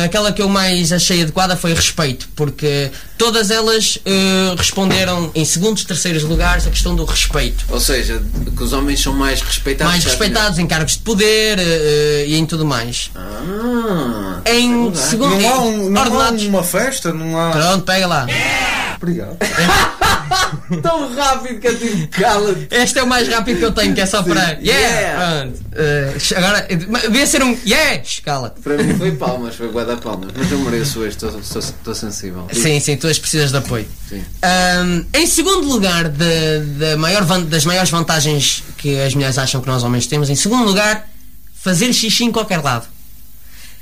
Speaker 3: aquela que eu mais achei adequada foi respeito, porque todas elas eh, responderam em segundos, terceiros lugares a questão do respeito.
Speaker 2: Ou seja, que os homens são mais
Speaker 1: Tá
Speaker 2: respeitados.
Speaker 3: mais
Speaker 2: que as
Speaker 3: respeitados em cargos de poder eh, eh, e em tudo mais.
Speaker 1: Tá
Speaker 2: mulheres. Ah,
Speaker 3: Em
Speaker 2: lugar.
Speaker 3: segundo
Speaker 1: não há, um- não há
Speaker 3: ordenados.
Speaker 1: uma festa, não há.
Speaker 3: Pronto, pega lá.
Speaker 1: Obrigado.
Speaker 2: Tão rápido que eu tive cala-te.
Speaker 3: Este é o mais rápido que eu tenho, que é só para. Yeah!
Speaker 2: Yeah.
Speaker 3: Pronto. Eh, agora, eh, mas devia ser um. Yeah! Escala.
Speaker 2: Para mim foi palmas, foi guarda-palmas. Mas eu mereço hoje, estou sensível.
Speaker 3: Sim, sim, todas precisas de apoio.
Speaker 2: Sim.
Speaker 3: Ahm, em segundo lugar, de, da maior van- das maiores vantagens que as mulheres acham que nós homens temos, em segundo lugar, fazer xixi em qualquer lado.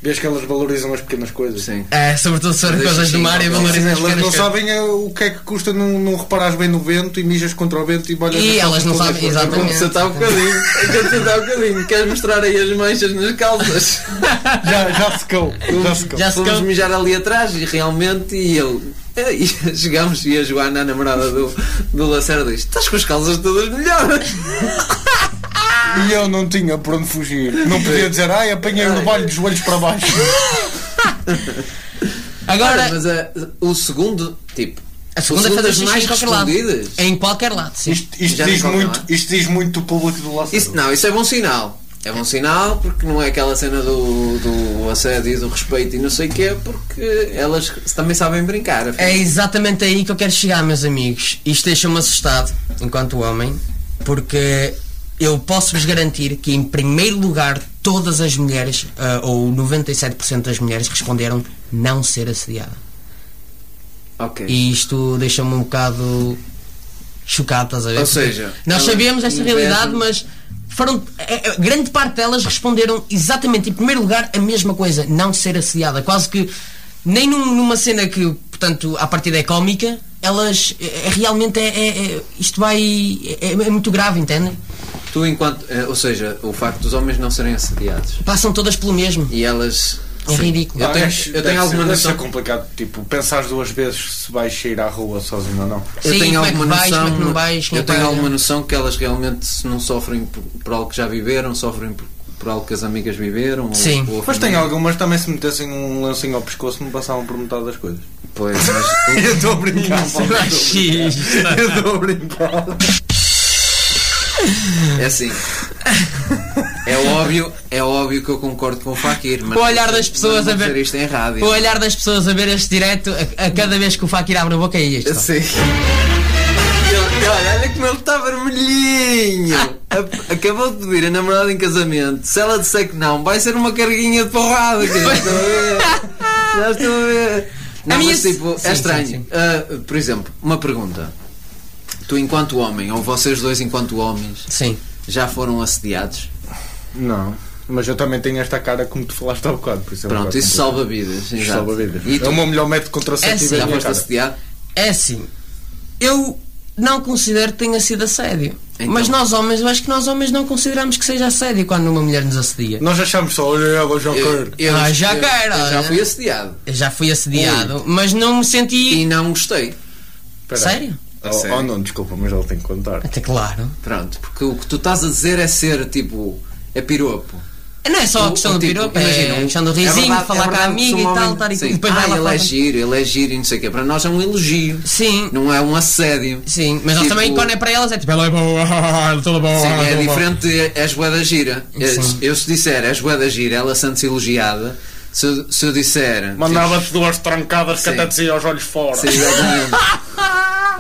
Speaker 1: Vês que elas valorizam as pequenas coisas.
Speaker 2: Sim.
Speaker 3: É, sobretudo se forem
Speaker 2: Fazer
Speaker 3: coisas
Speaker 2: xixi
Speaker 3: do mar
Speaker 2: em
Speaker 3: e
Speaker 2: qualquer
Speaker 3: valorizam as
Speaker 1: elas
Speaker 3: pequenas
Speaker 1: não
Speaker 3: coisas.
Speaker 1: sabem eh, o que é que custa não, não reparares bem no vento e mijas contra o vento e bolhas as
Speaker 3: E
Speaker 1: calças
Speaker 3: elas não
Speaker 1: todas
Speaker 3: sabem,
Speaker 1: fora.
Speaker 3: exato.
Speaker 2: Como se está um bocadinho. Como se está um bocadinho. Queres mostrar aí as manchas nas calças?
Speaker 1: Já, já secou. Já secou.
Speaker 3: Já-
Speaker 2: Fomos
Speaker 3: secou.
Speaker 2: mijar ali atrás e realmente e ele. e chegámos e a Joana, a namorada do, do Lacerda, diz: Estás com as calças todas molhadas.
Speaker 1: E eu não tinha por onde fugir. Não podia dizer, ai, apanhei no balho dos joelhos para baixo.
Speaker 3: Agora,
Speaker 2: Mas ah, o segundo, tipo.
Speaker 3: a segunda
Speaker 2: o
Speaker 3: é
Speaker 2: segundo
Speaker 3: fazer
Speaker 2: das
Speaker 3: xixi
Speaker 2: mais
Speaker 3: em qualquer lado.
Speaker 2: respondidas.
Speaker 3: Em qualquer lado, sim.
Speaker 1: Isto, isto
Speaker 2: Já
Speaker 1: diz
Speaker 2: ficou
Speaker 1: muito,
Speaker 3: é?
Speaker 2: calado.
Speaker 1: isto diz muito do público do Lacerda.
Speaker 2: Isso não, isso é bom sinal. É bom sinal porque não é aquela cena do, do assédio e do respeito e não sei o quê, porque elas também sabem brincar. afinal.
Speaker 3: É exatamente aí que eu quero chegar, meus amigos. Isto deixa-me assustado, enquanto homem, porque eu posso-vos garantir que, em primeiro lugar, todas as mulheres, ah, ou 97% das mulheres, responderam não ser assediada.
Speaker 2: Ok.
Speaker 3: E isto deixa-me um bocado chocado, estás a ver?
Speaker 2: Ou seja, elas
Speaker 3: nós sabemos esta
Speaker 2: investem-
Speaker 3: realidade, mas foram, é, é, grande parte delas responderam exatamente, em primeiro lugar, a mesma coisa, não ser assediada. Quase que, nem num- numa cena que, portanto, à partida é cómica, elas é, é, realmente é, é- é- isto vai. É, é muito grave, entendem?
Speaker 2: Tu enquanto. eh, Ou seja, o facto dos homens não serem assediados
Speaker 3: Passam todas pelo mesmo.
Speaker 2: e elas.
Speaker 3: É ridículo.
Speaker 2: Eu tenho,
Speaker 1: Mas
Speaker 2: eu
Speaker 1: Ah, deve
Speaker 2: tenho alguma
Speaker 1: ser- deve ser
Speaker 2: noção.
Speaker 1: complicado, tipo, pensar duas vezes se vais sair à rua sozinho ou não.
Speaker 2: Eu tenho
Speaker 3: Sim, como é que
Speaker 2: alguma
Speaker 3: vais,
Speaker 2: noção.
Speaker 3: como é que não vais, quem
Speaker 2: eu
Speaker 3: é que
Speaker 2: tenho
Speaker 3: vai?
Speaker 2: alguma noção que elas realmente se não sofrem por, por algo que já viveram, sofrem por, por algo que as amigas viveram. ou-
Speaker 3: Sim.
Speaker 2: ou a
Speaker 1: Mas tem
Speaker 2: família.
Speaker 1: algumas também se metessem um lancinho ao pescoço me passavam por metade das coisas.
Speaker 2: Pois, mas
Speaker 1: Eu estou a brincar, Eu estou a brincar.
Speaker 2: É assim. É óbvio, é óbvio que eu concordo com o Fakir, mas
Speaker 3: O olhar das
Speaker 2: mas
Speaker 3: pessoas
Speaker 2: não
Speaker 3: a ver-
Speaker 2: dizer isto em rádio.
Speaker 3: O olhar das pessoas a ver este direto, a, a cada vez que o Fakir abre a boca é isto.
Speaker 2: Assim. Ele- olha, olha como ele está vermelhinho. A- Acabou de pedir a namorada em casamento. Se ela disser que não, vai ser uma carguinha de porrada. que Já estou a ver. Já estou a ver. Não,
Speaker 3: minha
Speaker 2: mas
Speaker 3: se-
Speaker 2: tipo,
Speaker 3: Sim,
Speaker 2: é
Speaker 3: sim,
Speaker 2: estranho.
Speaker 3: sim.
Speaker 2: Ah, por exemplo, uma pergunta. Tu enquanto homem, ou vocês dois enquanto homens,
Speaker 3: Sim.
Speaker 2: já foram assediados?
Speaker 1: Não, mas eu também tenho esta cara como tu falaste há bocado, por isso é um
Speaker 2: Pronto,
Speaker 1: bocado
Speaker 2: isso
Speaker 1: complicado.
Speaker 2: salva vidas.
Speaker 1: Isto
Speaker 2: exato.
Speaker 1: salva vidas.
Speaker 2: E tu,
Speaker 1: É o meu melhor método
Speaker 3: É
Speaker 1: contraceptivo
Speaker 3: sim.
Speaker 1: é a
Speaker 2: já
Speaker 1: minha
Speaker 2: foste
Speaker 1: cara.
Speaker 2: assediado?
Speaker 3: É assim, eu não considero que tenha sido assédio.
Speaker 2: Então.
Speaker 3: Mas nós homens, eu acho que nós homens não consideramos que seja assédio quando uma mulher nos assedia.
Speaker 1: Nós achamos só, olha, eu já quero.
Speaker 3: Ah, já quero,
Speaker 2: eu já
Speaker 3: olha.
Speaker 2: fui assediado.
Speaker 3: Eu já fui assediado, mas não me senti.
Speaker 2: E não gostei.
Speaker 1: Espera aí.
Speaker 3: Sério?
Speaker 2: A
Speaker 1: Oh,
Speaker 2: sério?
Speaker 1: oh, não, desculpa, mas ela tem que contar.
Speaker 3: Até claro.
Speaker 2: Pronto, porque o que tu estás a dizer é ser tipo. É piropo.
Speaker 3: Não é só a
Speaker 2: O-
Speaker 3: questão
Speaker 2: o
Speaker 3: do
Speaker 2: tipo,
Speaker 3: piropo, é
Speaker 2: imagina,
Speaker 3: a questão do
Speaker 2: é
Speaker 3: risinho,
Speaker 2: verdade- é
Speaker 3: falar com a
Speaker 2: verdade que se
Speaker 3: amiga
Speaker 2: um
Speaker 3: e tal,
Speaker 2: homem-
Speaker 3: estar e
Speaker 2: sim.
Speaker 3: depois
Speaker 2: ah,
Speaker 3: vai lá
Speaker 2: ele
Speaker 3: falar
Speaker 2: é
Speaker 3: com-
Speaker 2: giro, ele é giro e não sei o quê. Para nós é um elogio.
Speaker 3: Sim,
Speaker 2: Não é um assédio.
Speaker 3: sim. Mas nós
Speaker 2: Tipo,
Speaker 3: também, quando é para elas, é tipo, ela é boa, ela é toda boa.
Speaker 2: Sim,
Speaker 3: ela
Speaker 2: é
Speaker 3: toda boa.
Speaker 2: diferente de és bué da gira. Eu,
Speaker 3: Sim.
Speaker 2: eu se disser és bué da gira, ela sente-se elogiada. Se, eu- se eu disser.
Speaker 1: Mandava-te duas trancadas que
Speaker 2: Sim.
Speaker 1: até dizia aos olhos fora.
Speaker 2: Sim, exatamente.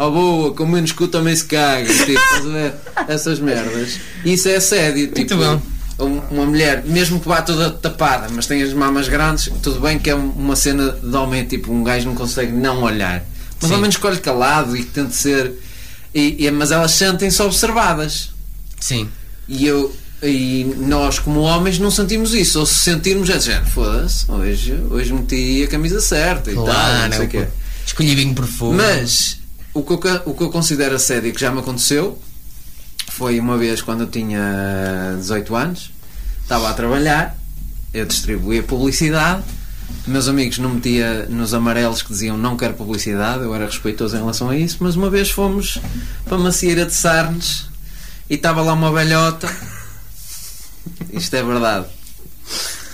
Speaker 2: Oh boa, com menos cu também se caga. Tipo, estás a ver? Essas merdas. Isso é assédio. Tipo,
Speaker 3: bom.
Speaker 2: um- Uma mulher, mesmo que vá toda tapada, mas tem as mamas grandes, tudo bem que é um- uma cena de homem, tipo, um gajo não consegue não olhar. Mas ao menos escolhe calado e que tente ser. E, e- mas elas sentem-se observadas.
Speaker 3: Sim.
Speaker 2: E eu. E nós, como homens, não sentimos isso. Ou se sentirmos, é de género, foda-se, hoje, hoje meti a camisa certa e tal,
Speaker 3: Claro, é
Speaker 2: não sei o quê.
Speaker 3: pô. Escolhi vinho perfume.
Speaker 2: Mas o que, eu, ca- o que eu considero assédio que já me aconteceu foi uma vez quando eu tinha 18 anos, estava a trabalhar, eu distribuía publicidade, meus amigos não metia nos amarelos que diziam não quero publicidade, eu era respeitoso em relação a isso, mas uma vez fomos para Macieira de Sarnes e estava lá uma velhota. Isto é verdade.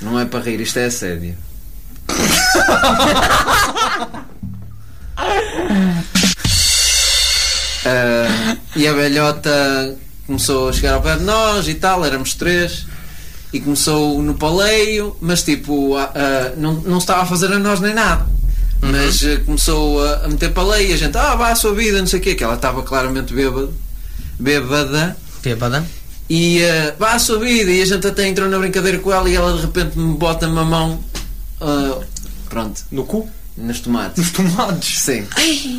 Speaker 2: Não é para rir, isto é assédio. Ah, e a velhota começou a chegar ao pé de nós e tal, éramos três. E começou no paleio, mas tipo, ah, ah, não, não estava a fazer a nós nem nada. mas eh, começou a, a meter para lei e a gente, ah, vá à sua vida, não sei o quê, que ela estava claramente bêbada, bêbada
Speaker 3: Bêbada.
Speaker 2: e eh, vá à sua vida e a gente até entrou na brincadeira com ela e ela de repente me bota-me a mão, ah, pronto,
Speaker 1: No cu?
Speaker 2: nos tomates.
Speaker 1: Nos tomates.
Speaker 2: Sim.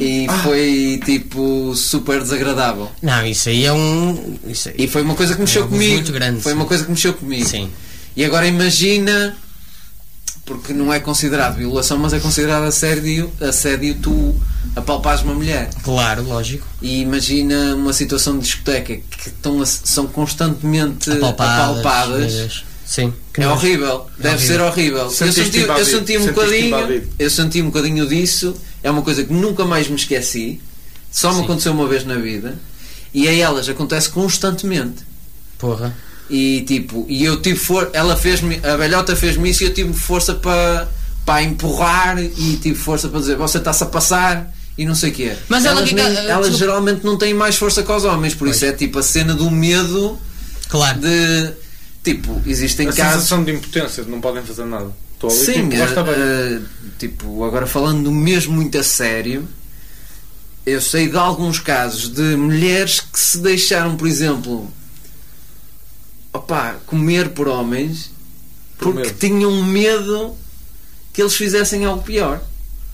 Speaker 2: E foi tipo super desagradável.
Speaker 3: Não, isso aí é um. Isso aí.
Speaker 2: E foi uma coisa que mexeu
Speaker 3: É algo
Speaker 2: comigo.
Speaker 3: muito grande,
Speaker 2: Foi
Speaker 3: sim.
Speaker 2: uma coisa que mexeu comigo.
Speaker 3: Sim.
Speaker 2: E agora imagina, porque não é considerado violação, mas é considerado assédio, assédio tu apalpares uma mulher.
Speaker 3: Claro, lógico.
Speaker 2: E imagina uma situação de discoteca que estão a- são constantemente
Speaker 3: Apalpadas.
Speaker 2: apalpadas.
Speaker 3: meu Deus. Sim.
Speaker 2: É horrível, deve ser horrível. Eu
Speaker 1: Sentiste
Speaker 2: senti, eu
Speaker 1: invadido,
Speaker 2: senti um
Speaker 1: sentiste
Speaker 2: bocadinho,
Speaker 1: invadido.
Speaker 2: eu senti um bocadinho disso. É uma coisa que nunca mais me esqueci. Só me
Speaker 3: Sim.
Speaker 2: aconteceu uma vez na vida. E a elas acontece constantemente.
Speaker 3: Porra.
Speaker 2: E tipo, e eu tive for ela fez-me, a velhota fez-me isso e eu tive força para para empurrar e tive força para dizer, você está-se a passar e não sei o quê.
Speaker 3: Mas ela
Speaker 2: elas,
Speaker 3: que-
Speaker 2: nem-
Speaker 3: ah,
Speaker 2: elas
Speaker 3: desculpa.
Speaker 2: geralmente não têm mais força que os homens, por isso é tipo a cena do medo
Speaker 3: Claro.
Speaker 2: de tipo, existem
Speaker 1: A
Speaker 2: casos
Speaker 1: sensação de impotência, de não podem fazer nada. Estou ali,
Speaker 2: Sim,
Speaker 1: tipo, lá está
Speaker 2: eh,
Speaker 1: bem.
Speaker 2: eh, tipo, agora falando mesmo muito a sério, eu sei de alguns casos de mulheres que se deixaram, por exemplo, opá, comer por homens
Speaker 1: Por
Speaker 2: porque
Speaker 1: medo.
Speaker 2: tinham medo que eles fizessem algo pior.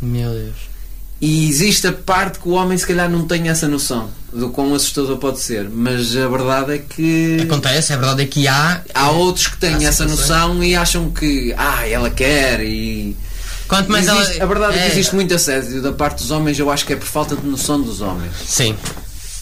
Speaker 3: Meu Deus.
Speaker 2: E existe a parte que o homem se calhar não tem essa noção do quão assustador pode ser, mas a verdade é que
Speaker 3: Acontece, a verdade é que há.
Speaker 2: há outros que têm
Speaker 3: Há
Speaker 2: essa
Speaker 3: situações.
Speaker 2: noção e acham que ah, ela quer e
Speaker 3: Quanto mais
Speaker 2: Existe-
Speaker 3: ela.
Speaker 2: A verdade é que
Speaker 3: é,
Speaker 2: existe muito assédio da parte dos homens, eu acho que é por falta de noção dos homens.
Speaker 3: Sim.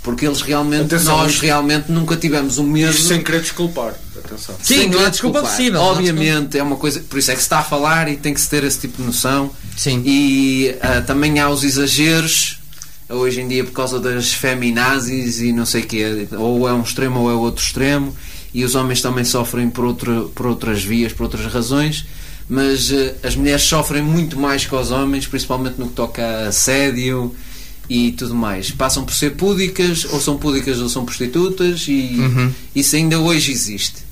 Speaker 2: Porque eles realmente,
Speaker 1: Atenção,
Speaker 2: nós
Speaker 1: isto-
Speaker 2: realmente nunca tivemos o medo.
Speaker 1: Isto sem querer desculpar. Atenção.
Speaker 3: Sim,
Speaker 2: sem
Speaker 3: não há
Speaker 2: querer
Speaker 3: desculpa
Speaker 2: é desculpar.
Speaker 3: possível, não há
Speaker 2: Obviamente, é uma coisa. Por isso é que se está a falar e tem que se ter esse tipo de noção.
Speaker 3: Sim.
Speaker 2: E ah, também há os exageros. ah, Hoje em dia, por causa das feminazis e não sei o quê, ou é um extremo ou é outro extremo, e os homens também sofrem por, outro, por outras vias, por outras razões, mas ah, as mulheres sofrem muito mais que os homens, principalmente no que toca a assédio e tudo mais. Passam por ser púdicas, ou são púdicas ou são prostitutas, e
Speaker 3: Uhum.
Speaker 2: isso ainda hoje existe.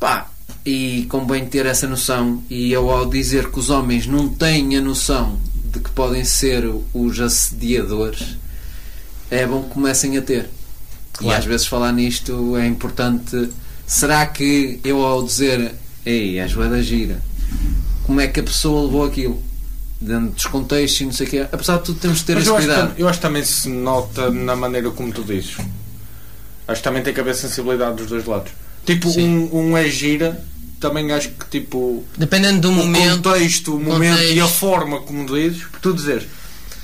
Speaker 2: Pá, e convém ter essa noção. E eu, ao dizer que os homens não têm a noção de que podem ser os assediadores, é bom que comecem a ter. E
Speaker 3: Claro.
Speaker 2: às vezes falar nisto é importante. Será que eu, ao dizer ei, a joelha gira, como é que a pessoa levou aquilo? Dentro dos contextos e não sei o quê. Apesar de tudo, temos de ter
Speaker 1: Mas
Speaker 2: esse
Speaker 1: eu acho,
Speaker 2: cuidado.
Speaker 1: que, eu acho que também se nota na maneira como tu dizes. Acho que também tem que haver sensibilidade dos dois lados. Tipo,
Speaker 3: Sim.
Speaker 1: um, um é gira, também acho que tipo.
Speaker 3: Dependendo do
Speaker 1: O
Speaker 3: momento.
Speaker 2: é-
Speaker 1: contexto, o momento e a
Speaker 3: contexto.
Speaker 1: forma como dizes, por tu dizeres.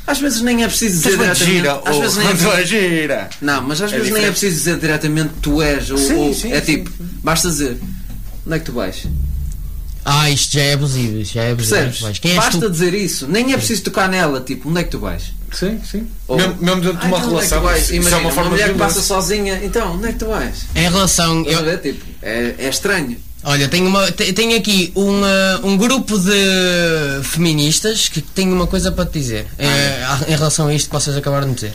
Speaker 2: Às vezes nem é preciso dizer
Speaker 1: Quando
Speaker 2: diretamente.
Speaker 1: gira
Speaker 2: às
Speaker 1: ou
Speaker 2: vezes nem é
Speaker 1: quando
Speaker 2: preciso-
Speaker 1: é gira.
Speaker 2: Não, mas às
Speaker 1: É
Speaker 2: vezes nem é
Speaker 1: diferente.
Speaker 2: preciso dizer diretamente tu és ou,
Speaker 1: Sim,
Speaker 2: ou-
Speaker 1: sim,
Speaker 2: é
Speaker 1: sim,
Speaker 2: tipo, basta dizer onde é que tu vais?
Speaker 3: Ah, isto já é abusivo. Isto já é abusivo.
Speaker 2: Percebes?
Speaker 3: Mas Quem és
Speaker 2: basta
Speaker 3: tu?
Speaker 2: dizer isso, nem é preciso tocar nela, tipo, onde é que tu vais?
Speaker 1: Sim, sim.
Speaker 2: Ou-
Speaker 1: Mesmo, mesmo dentro de uma
Speaker 2: Ah, então, onde é que tu
Speaker 1: relação.
Speaker 2: vais?
Speaker 1: isso,
Speaker 2: Imagina,
Speaker 1: é uma forma
Speaker 2: mulher
Speaker 1: de
Speaker 2: que passa
Speaker 1: violência.
Speaker 2: sozinha, então, onde é que tu vais?
Speaker 3: Em relação.
Speaker 2: Estás a
Speaker 3: eu-
Speaker 2: ver? Tipo, é, é estranho.
Speaker 3: Olha, tenho, uma, te- tenho aqui um, ah, um grupo de feministas que tem uma coisa para te dizer eh,
Speaker 2: Ah.
Speaker 3: a- em relação a isto que vocês acabaram de dizer.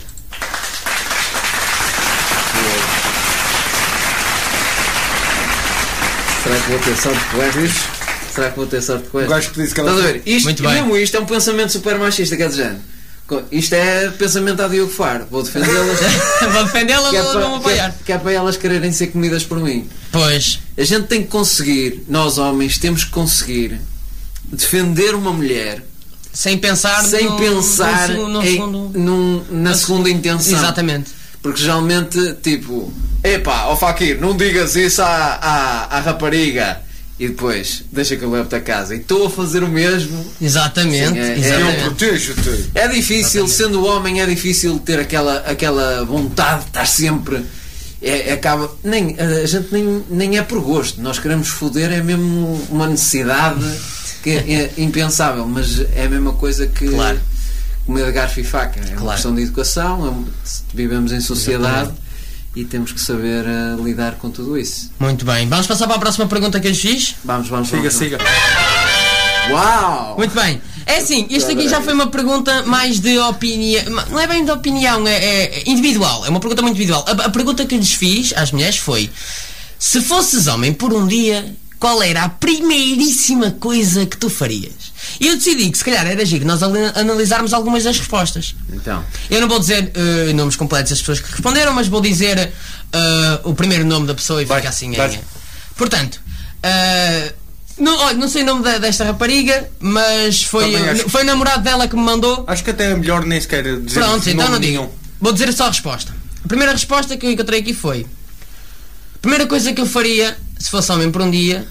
Speaker 2: Será que vou ter sorte com estas? Será que vou ter sorte com
Speaker 1: O
Speaker 2: estas?
Speaker 1: Um gajo que disse que ela.
Speaker 2: Estás a ver? Isto,
Speaker 3: Muito
Speaker 2: e
Speaker 3: bem.
Speaker 2: mesmo isto é um pensamento super machista, quer dizer, co- isto é pensamento a Diogo Faro, vou defendê-las.
Speaker 3: Vou defendê-la
Speaker 2: que é
Speaker 3: ou
Speaker 2: pa-
Speaker 3: não vou
Speaker 2: que é-
Speaker 3: apoiar?
Speaker 2: que é para elas quererem ser comidas por mim.
Speaker 3: Pois,
Speaker 2: A gente tem que conseguir, nós homens, temos que conseguir defender uma mulher
Speaker 3: sem pensar
Speaker 2: sem
Speaker 3: no-
Speaker 2: pensar
Speaker 3: no, segu- no
Speaker 2: em-
Speaker 3: segundo.
Speaker 2: num- na segunda intenção.
Speaker 3: Exatamente.
Speaker 2: Porque geralmente, tipo, epá, ó Fakir, não digas isso à, à, à rapariga. E depois, deixa que eu levo-te a casa. E estou a fazer o mesmo.
Speaker 3: Exatamente.
Speaker 2: Sim, é- é-
Speaker 1: Eu
Speaker 3: exatamente.
Speaker 1: um protejo-te.
Speaker 2: É difícil, sendo homem, é difícil ter aquela, aquela vontade de estar sempre. É, acaba, nem, a gente nem, nem é por gosto, nós queremos foder, é mesmo uma necessidade que é impensável, mas é a mesma coisa que
Speaker 3: Claro.
Speaker 2: comer garfo e faca. É uma
Speaker 3: Claro.
Speaker 2: questão de educação, é um- vivemos em sociedade e temos que saber eh, lidar com tudo isso.
Speaker 3: Muito bem. Vamos passar para a próxima pergunta que é eu lhes fiz?
Speaker 2: Vamos, vamos,
Speaker 1: Siga,
Speaker 2: vamos.
Speaker 1: siga.
Speaker 2: Uau!
Speaker 3: Muito bem. É assim, isto aqui já foi uma pergunta mais de opinião. Não é bem de opinião, é, é individual. É uma pergunta muito individual. A, a pergunta que lhes fiz às mulheres foi: se fosses homem por um dia, qual era a primeiríssima coisa que tu farias? E eu decidi que se calhar era giro nós ali- analisarmos algumas das respostas.
Speaker 2: Então.
Speaker 3: Eu não vou dizer eh, nomes completos das pessoas que responderam, mas vou dizer eh, o primeiro nome da pessoa e
Speaker 1: Vai,
Speaker 3: fica assim.
Speaker 1: vai.
Speaker 3: eh. Portanto, eh, não, olha, não sei o nome da- desta rapariga, mas foi,
Speaker 1: Também acho que-
Speaker 3: foi o namorado dela que me mandou.
Speaker 1: Acho que até é melhor nem sequer dizer
Speaker 3: Pronto, então
Speaker 1: nome
Speaker 3: não
Speaker 1: nenhum.
Speaker 3: digam. Vou dizer só a resposta. A primeira resposta que eu encontrei aqui foi: a primeira coisa que eu faria se fosse homem por um dia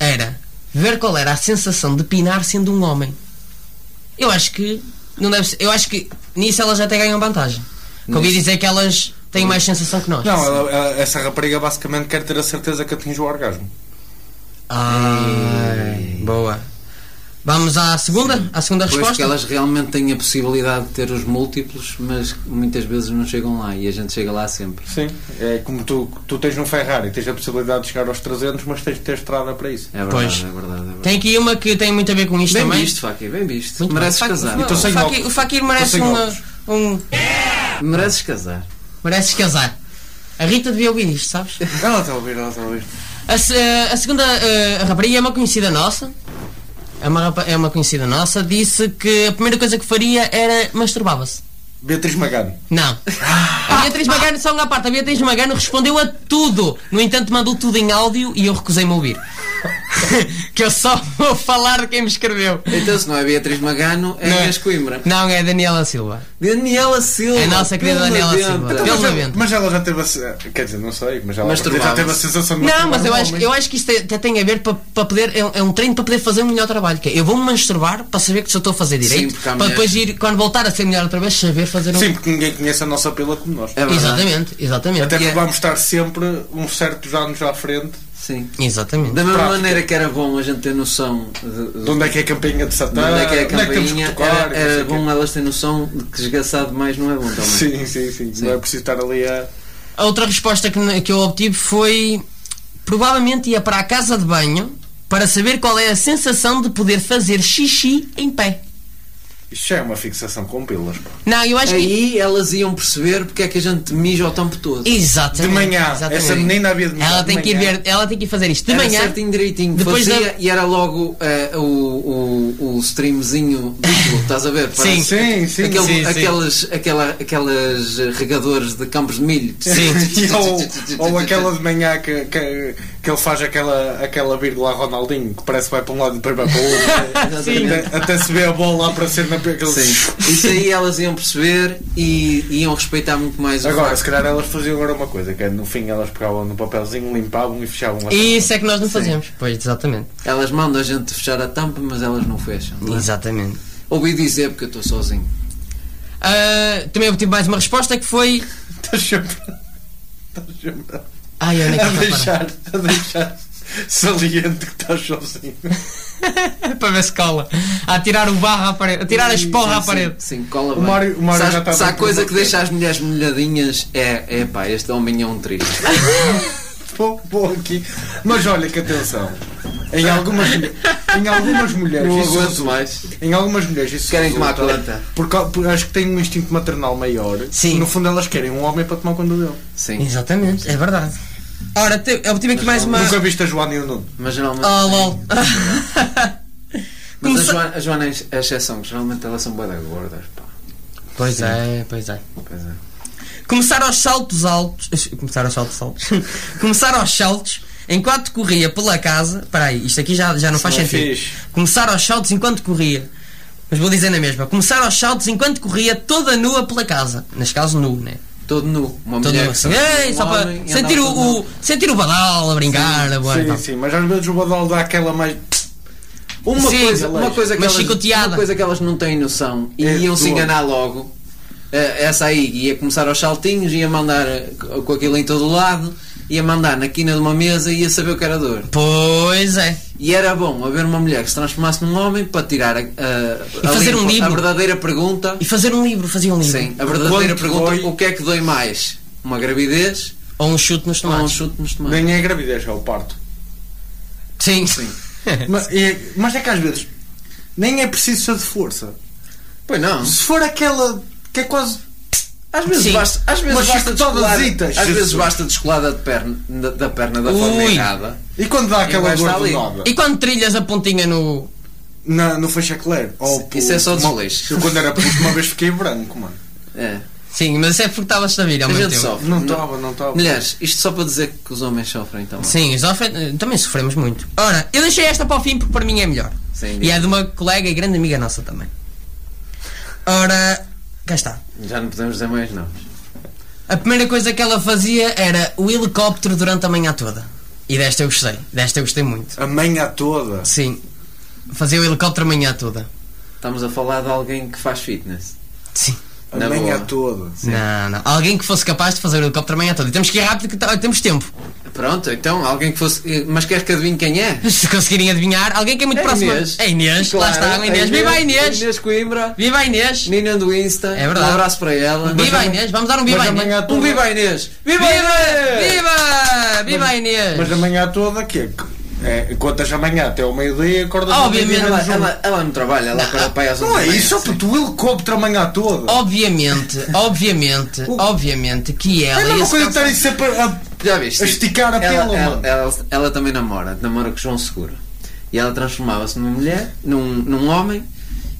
Speaker 3: era ver qual era a sensação de pinar sendo um homem. Eu acho que não deve ser, eu acho que nisso elas até ganham vantagem. Que eu ouvi dizer é que elas têm mais sensação que nós.
Speaker 1: Não, ela- ela- essa rapariga basicamente quer ter a certeza que atinge o orgasmo.
Speaker 3: Ai, boa. Vamos à segunda, à segunda
Speaker 2: Pois que
Speaker 3: resposta.
Speaker 2: elas realmente têm a possibilidade de ter os múltiplos, mas muitas vezes não chegam lá e a gente chega lá sempre.
Speaker 1: Sim. É como tu, tu tens um Ferrari, tens a possibilidade de chegar aos 300, mas tens de ter estrada para isso.
Speaker 2: É verdade,
Speaker 3: Pois.
Speaker 2: é verdade, é verdade.
Speaker 3: Tem aqui uma que tem muito a ver com isto
Speaker 2: Bem
Speaker 3: também.
Speaker 2: visto, Fakir, bem visto.
Speaker 3: Muito bem.
Speaker 2: mereces
Speaker 3: Fa-
Speaker 2: casar.
Speaker 1: Então,
Speaker 3: o
Speaker 1: sem
Speaker 3: Fakir-
Speaker 1: óculos.
Speaker 3: O Fakir
Speaker 1: Tô
Speaker 3: merece
Speaker 1: sem
Speaker 3: uma,
Speaker 1: óculos.
Speaker 3: um,
Speaker 2: Mereces casar.
Speaker 3: Mereces casar. A Rita devia ouvir isto, sabes?
Speaker 1: Ela está a ouvir, ela está a ouvir.
Speaker 3: A, se- a segunda eh, a rapariga é uma conhecida nossa. É uma, rapa- é uma conhecida nossa. Disse que a primeira coisa que faria era masturbava-se.
Speaker 1: Beatriz Magano.
Speaker 3: Não. A Beatriz Magano, só uma parte, a Beatriz Magano respondeu a tudo. No entanto, mandou tudo em áudio e eu recusei-me a ouvir. que eu só vou falar de quem me escreveu.
Speaker 2: Então, se não é Beatriz Magano, é
Speaker 3: Não.
Speaker 2: Inês Coimbra.
Speaker 3: Não, é Daniela Silva.
Speaker 2: Daniela Silva.
Speaker 3: É a nossa querida
Speaker 2: pela
Speaker 3: Daniela
Speaker 2: denta.
Speaker 3: Silva.
Speaker 2: Então,
Speaker 3: Pela
Speaker 2: mas-
Speaker 1: mas, ela,
Speaker 3: lamento.
Speaker 1: mas ela já teve a. se- Quer dizer, não sei, mas ela já
Speaker 2: Masturbava-se.
Speaker 1: teve a sensação de
Speaker 3: Não, mas eu
Speaker 1: masturbar um
Speaker 3: acho,
Speaker 1: homem.
Speaker 3: eu acho que isto é- até tem a ver para, para poder. É um, é um treino para poder fazer um melhor trabalho. Que é, eu vou-me masturbar para saber que se eu estou a fazer direito.
Speaker 2: porque há
Speaker 3: para depois ir, quando voltar a ser melhor outra vez, saber fazer um.
Speaker 1: Sim, porque ninguém conhece a nossa pila como nós.
Speaker 2: É verdade.
Speaker 3: Exatamente, exatamente. é-
Speaker 1: Até porque
Speaker 2: Yeah.
Speaker 1: vamos estar sempre uns certos anos à frente
Speaker 2: Sim.
Speaker 3: Exatamente.
Speaker 2: Da mesma
Speaker 1: Prática.
Speaker 2: maneira que era bom a gente ter noção de, de-
Speaker 1: de onde é que é a campainha de
Speaker 2: de
Speaker 1: Satã,
Speaker 2: onde é que é a
Speaker 1: temos que
Speaker 2: campainha, é,
Speaker 1: tocar. e
Speaker 2: era,
Speaker 1: não sei
Speaker 2: era
Speaker 1: o quê.
Speaker 2: bom elas terem noção de que esgaçado mais não é bom também.
Speaker 1: Sim, sim, sim,
Speaker 2: Sim.
Speaker 1: Não é preciso estar ali a.
Speaker 3: A outra resposta que, que eu obtive foi. Provavelmente ia para a casa de banho para saber qual é a sensação de poder fazer xixi em pé.
Speaker 1: Isto já é uma fixação com pilas. pá.
Speaker 3: Não, eu acho que.
Speaker 2: Aí elas iam perceber porque é que a gente mija o tempo todo.
Speaker 1: De
Speaker 3: Exatamente.
Speaker 1: manhã,
Speaker 3: exatamente.
Speaker 1: essa menina havia de
Speaker 3: Ela
Speaker 1: de
Speaker 3: tem que ir
Speaker 1: manhã.
Speaker 3: ver, ela tem que ir fazer isto de
Speaker 2: era
Speaker 3: manhã.
Speaker 2: certinho direitinho.
Speaker 3: depois
Speaker 2: Fazia
Speaker 3: da-
Speaker 2: e era logo eh, o, o, o streamzinho duplo, estás a ver? Parece-
Speaker 1: Sim, sim,
Speaker 2: Aquele-
Speaker 1: sim.
Speaker 3: sim.
Speaker 2: aqueles, Aquela, aquelas eh, regadores de campos de milho.
Speaker 1: E ou, ou aquela de manhã que, que, que ele faz aquela, aquela vírgula a Ronaldinho, que parece que vai para um lado e depois vai para o outro. até, até se vê a bola a aparecer na aquele...
Speaker 2: Sim. Isso aí elas iam perceber e iam respeitar muito mais o
Speaker 1: Agora,
Speaker 2: facto.
Speaker 1: se calhar elas faziam agora uma coisa, que é, no fim elas pegavam no papelzinho, limpavam e fechavam assim. lá.
Speaker 3: Isso é que nós não fazemos. Pois, exatamente.
Speaker 2: Elas mandam a gente fechar a tampa, mas elas não fecham. não é?
Speaker 3: Exatamente.
Speaker 2: Ouvi dizer porque eu estou sozinho.
Speaker 3: Ah, também obtive mais uma resposta que foi.
Speaker 1: Estás tá sempre. Estás sempre
Speaker 3: Ai, onde é
Speaker 1: a
Speaker 3: que está
Speaker 1: deixar, a deixar saliente que estás sozinho.
Speaker 3: para? para ver se cola. A tirar o barro à parede. A tirar a esporra à
Speaker 2: Sim,
Speaker 3: parede.
Speaker 2: Sim, cola
Speaker 1: O
Speaker 2: bem.
Speaker 1: Mário- o Mário
Speaker 2: se, há-
Speaker 1: já tá está
Speaker 2: se há
Speaker 1: muito
Speaker 2: coisa que
Speaker 1: preocupado.
Speaker 2: deixa as mulheres molhadinhas é, é pá, este homem é um triste.
Speaker 1: Vou, vou aqui. Mas olha que atenção. Em algumas, em algumas mulheres.
Speaker 2: Não
Speaker 1: isso-
Speaker 2: aguento mais.
Speaker 1: Em algumas mulheres isso
Speaker 2: Querem
Speaker 1: resulta
Speaker 2: tomar conta.
Speaker 1: Porque, porque acho que têm um instinto maternal maior.
Speaker 3: Sim.
Speaker 1: No fundo elas querem um homem para tomar conta dele.
Speaker 2: Sim.
Speaker 3: Exatamente, é verdade. Ora, te- eu obtive aqui mais uma.
Speaker 1: Nunca viste a Joana e o Nuno.
Speaker 2: Mas geralmente.
Speaker 3: Oh, lol.
Speaker 2: Mas a
Speaker 3: Começa-
Speaker 2: Joana, a Joana é ex- é exceção, que geralmente elas são boedas gordas, pá.
Speaker 3: Pois é, pois é.
Speaker 2: Pois é.
Speaker 3: Começar aos saltos altos. Começar aos saltos altos. Começar aos saltos enquanto corria pela casa. Espera aí, isto aqui já, já não faz
Speaker 1: não é
Speaker 3: sentido.
Speaker 1: fixe.
Speaker 3: Começar aos saltos enquanto corria. Mas vou dizer na mesma. Começar aos saltos enquanto corria toda nua pela casa. Neste caso, nu, né?
Speaker 2: Todo nu. Uma
Speaker 3: Toda
Speaker 2: mulher
Speaker 3: nua.
Speaker 2: que
Speaker 3: Assim,
Speaker 2: só-
Speaker 3: Ei,
Speaker 2: um
Speaker 3: só para
Speaker 2: homem e
Speaker 3: sentir
Speaker 2: andava todo
Speaker 3: o,
Speaker 2: nu.
Speaker 3: o- sentir o badal a brincar. a boa,
Speaker 1: sim,
Speaker 3: tal.
Speaker 1: sim. Mas às vezes o Badal dá aquela mais.
Speaker 2: Uma,
Speaker 3: Sim,
Speaker 2: coisa, uma, coisa que
Speaker 3: mas
Speaker 2: elas,
Speaker 3: chicoteada.
Speaker 2: uma coisa que elas não têm noção e
Speaker 1: É
Speaker 2: iam se
Speaker 1: do
Speaker 2: enganar logo. Eh, Essa aí ia começar aos saltinhos, ia mandar eh, co- com aquilo em todo lado, ia mandar na quina de uma mesa e ia saber o que era dor.
Speaker 3: Pois é.
Speaker 2: E era bom haver uma mulher que se transformasse num homem para tirar a, a- a
Speaker 3: fazer
Speaker 2: limpo-
Speaker 3: um livro.
Speaker 2: a verdadeira pergunta.
Speaker 3: E fazer um livro, fazia um livro.
Speaker 2: Sim, a verdadeira
Speaker 1: Quanto
Speaker 2: pergunta:
Speaker 1: dói?
Speaker 2: o que é que dói mais? Uma gravidez
Speaker 3: Ou um chute nos
Speaker 2: ou um
Speaker 3: tomates.
Speaker 2: chute nos tomates?
Speaker 1: Nem é gravidez, é o parto.
Speaker 3: Sim.
Speaker 1: Mas é, mas é que às vezes nem é preciso ser de força.
Speaker 2: Pois não.
Speaker 1: Se for aquela que é quase.
Speaker 2: Às vezes
Speaker 3: Sim.
Speaker 2: basta, às vezes
Speaker 1: Mas
Speaker 2: basta
Speaker 1: chicotada
Speaker 2: descolar,
Speaker 1: zita,
Speaker 2: às
Speaker 1: Jesus.
Speaker 2: vezes basta descolar da perna da, da perna da forma
Speaker 3: Ui.
Speaker 2: errada.
Speaker 1: E quando dá aquela
Speaker 2: vai estar
Speaker 1: dor do
Speaker 2: ali.
Speaker 1: nada?
Speaker 3: E quando trilhas a pontinha no.
Speaker 1: Na, no Fechacler.
Speaker 2: Isso- isso é só desleixo.
Speaker 1: Eu quando era puto, uma vez fiquei branco, mano.
Speaker 2: É.
Speaker 3: Sim, mas é porque estavas a vir ao
Speaker 2: A
Speaker 3: mesmo
Speaker 2: gente
Speaker 3: tempo.
Speaker 2: sofre.
Speaker 1: Não estava, não estava.
Speaker 2: Mulheres, isto só para dizer que os homens sofrem então, também.
Speaker 3: Sim, os ofen- também sofremos muito. Ora, eu deixei esta para o fim porque para mim é melhor.
Speaker 2: Sim,
Speaker 3: e é de uma colega e grande amiga nossa também. Ora, cá está.
Speaker 2: Já não podemos dizer mais nomes.
Speaker 3: A primeira coisa que ela fazia era o helicóptero durante a manhã toda. E desta eu gostei. Desta eu gostei muito.
Speaker 1: A manhã toda.
Speaker 3: Sim. Fazia o helicóptero a manhã toda.
Speaker 2: Estamos a falar de alguém que faz fitness.
Speaker 3: Sim.
Speaker 1: A
Speaker 2: Na
Speaker 1: manhã
Speaker 2: boa.
Speaker 1: toda.
Speaker 3: Não, não. Alguém que fosse capaz de fazer o helicóptero a manhã toda. E temos que ir rápido que t- temos tempo.
Speaker 2: Pronto, então alguém que fosse. Mas queres que adivinhe quem é?
Speaker 3: Se conseguirem adivinhar, alguém que é muito próximo. É Inês. Lá
Speaker 2: Claro,
Speaker 3: está, a Inês. Viva a Inês!
Speaker 2: Inês Coimbra,
Speaker 3: Viva a Inês!
Speaker 2: Nina do Insta.
Speaker 3: É verdade.
Speaker 2: Um abraço para ela.
Speaker 3: Viva a Inês! Vamos dar um viva
Speaker 1: mas
Speaker 3: a Inês!
Speaker 1: amanhã
Speaker 2: Um viva a Inês!
Speaker 3: Viva! Viva! Viva a
Speaker 1: Mas
Speaker 3: Inês!
Speaker 1: a manhã toda, que é? É, Contas amanhã até ao meio-dia e acordas ao
Speaker 3: Obviamente,
Speaker 1: meio-dia,
Speaker 2: Ela,
Speaker 1: mas um-
Speaker 2: ela, ela não trabalha, ela para pai às
Speaker 1: Não é isso, puto, o helicóptero amanhã toda.
Speaker 3: Obviamente, obviamente, obviamente que
Speaker 1: é a
Speaker 3: ela.
Speaker 1: mesma
Speaker 3: esse
Speaker 1: coisa de
Speaker 3: calçado-
Speaker 1: estarem sempre a.
Speaker 2: Já viste?
Speaker 1: A esticar a
Speaker 2: ela,
Speaker 1: pele,
Speaker 2: ela,
Speaker 1: mano.
Speaker 2: ela- ela também namora, namora com João Seguro. E ela transformava-se numa mulher, num, num homem,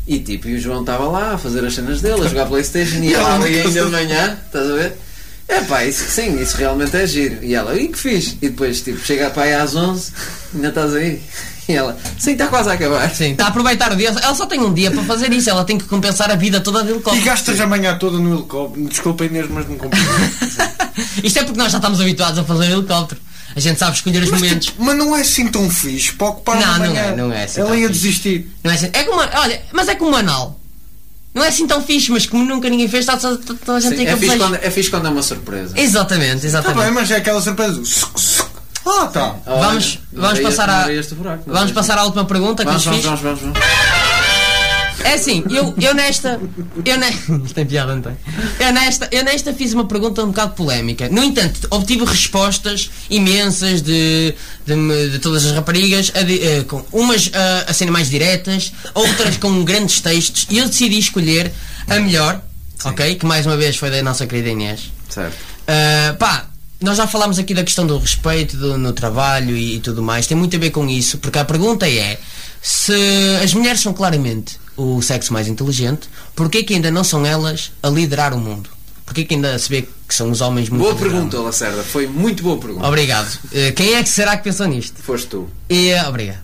Speaker 2: e tipo, e o João estava lá a fazer as cenas dele, a jogar Playstation, e ela ali ainda de manhã, estás a ver? É pá, isso, sim, isso realmente é giro. E ela, e que fiz? E depois, tipo, chega pá aí às 11, ainda estás aí. E ela, sim, está quase a acabar.
Speaker 3: Sim, está a aproveitar o dia. Ela só tem um dia para fazer isso. Ela tem que compensar a vida toda de
Speaker 1: E
Speaker 3: helicóptero.
Speaker 1: gastas a manhã toda no helicóptero. Desculpa Inês, mas não compreendo.
Speaker 3: Isto é porque nós já estamos habituados a fazer helicóptero. A gente sabe escolher os
Speaker 1: mas,
Speaker 3: momentos.
Speaker 1: tipo, mas não é assim tão fixe para ocupar
Speaker 3: Não,
Speaker 1: uma
Speaker 3: não
Speaker 1: manhã.
Speaker 3: é, não é assim
Speaker 1: Ela
Speaker 3: tão
Speaker 1: ia
Speaker 3: fixe.
Speaker 1: desistir.
Speaker 3: Não é assim. É como, olha, mas é como um anal. Não é assim tão fixe, mas como nunca ninguém fez, tá- tá- tá- toda a gente
Speaker 2: Sim,
Speaker 3: tem
Speaker 2: é,
Speaker 3: que
Speaker 2: fixe
Speaker 3: fazer.
Speaker 2: quando, é fixe quando é uma surpresa.
Speaker 3: Exatamente,
Speaker 1: Está
Speaker 3: exatamente.
Speaker 1: bem, mas é aquela surpresa. do suc, suc. Ah, tá.
Speaker 2: Olha,
Speaker 3: Vamos-
Speaker 2: não
Speaker 3: vamos
Speaker 2: veio-
Speaker 3: passar
Speaker 2: não
Speaker 3: à-
Speaker 2: veio este buraco, não
Speaker 3: Vamos
Speaker 2: veio este-
Speaker 3: passar à última pergunta que
Speaker 2: Vamos,
Speaker 3: nos
Speaker 2: vamos,
Speaker 3: fiz.
Speaker 2: vamos, vamos, vamos.
Speaker 3: É assim, eu, eu nesta. Eu ne... tem piada, não tem? Eu nesta, eu nesta fiz uma pergunta um bocado polémica. No entanto, obtive respostas imensas de, de, me- de todas as raparigas, a di- eh, com umas ah, a serem mais diretas, outras com grandes textos, e eu decidi escolher a melhor, ok? Que mais uma vez foi da nossa querida Inês.
Speaker 2: Certo.
Speaker 3: Uh, pá, nós já falámos aqui da questão do respeito do- no trabalho e, e tudo mais, tem muito a ver com isso, porque a pergunta é se as mulheres são claramente o sexo mais inteligente, porquê que ainda não são elas a liderar o mundo? Porquê que ainda se vê que são os homens muito
Speaker 2: Boa
Speaker 3: a liderar o mundo?
Speaker 2: pergunta, Lacerda. Foi muito boa pergunta.
Speaker 3: Obrigado. Uh, quem é que será que pensou nisto?
Speaker 2: Foste tu.
Speaker 3: E, uh, obrigado.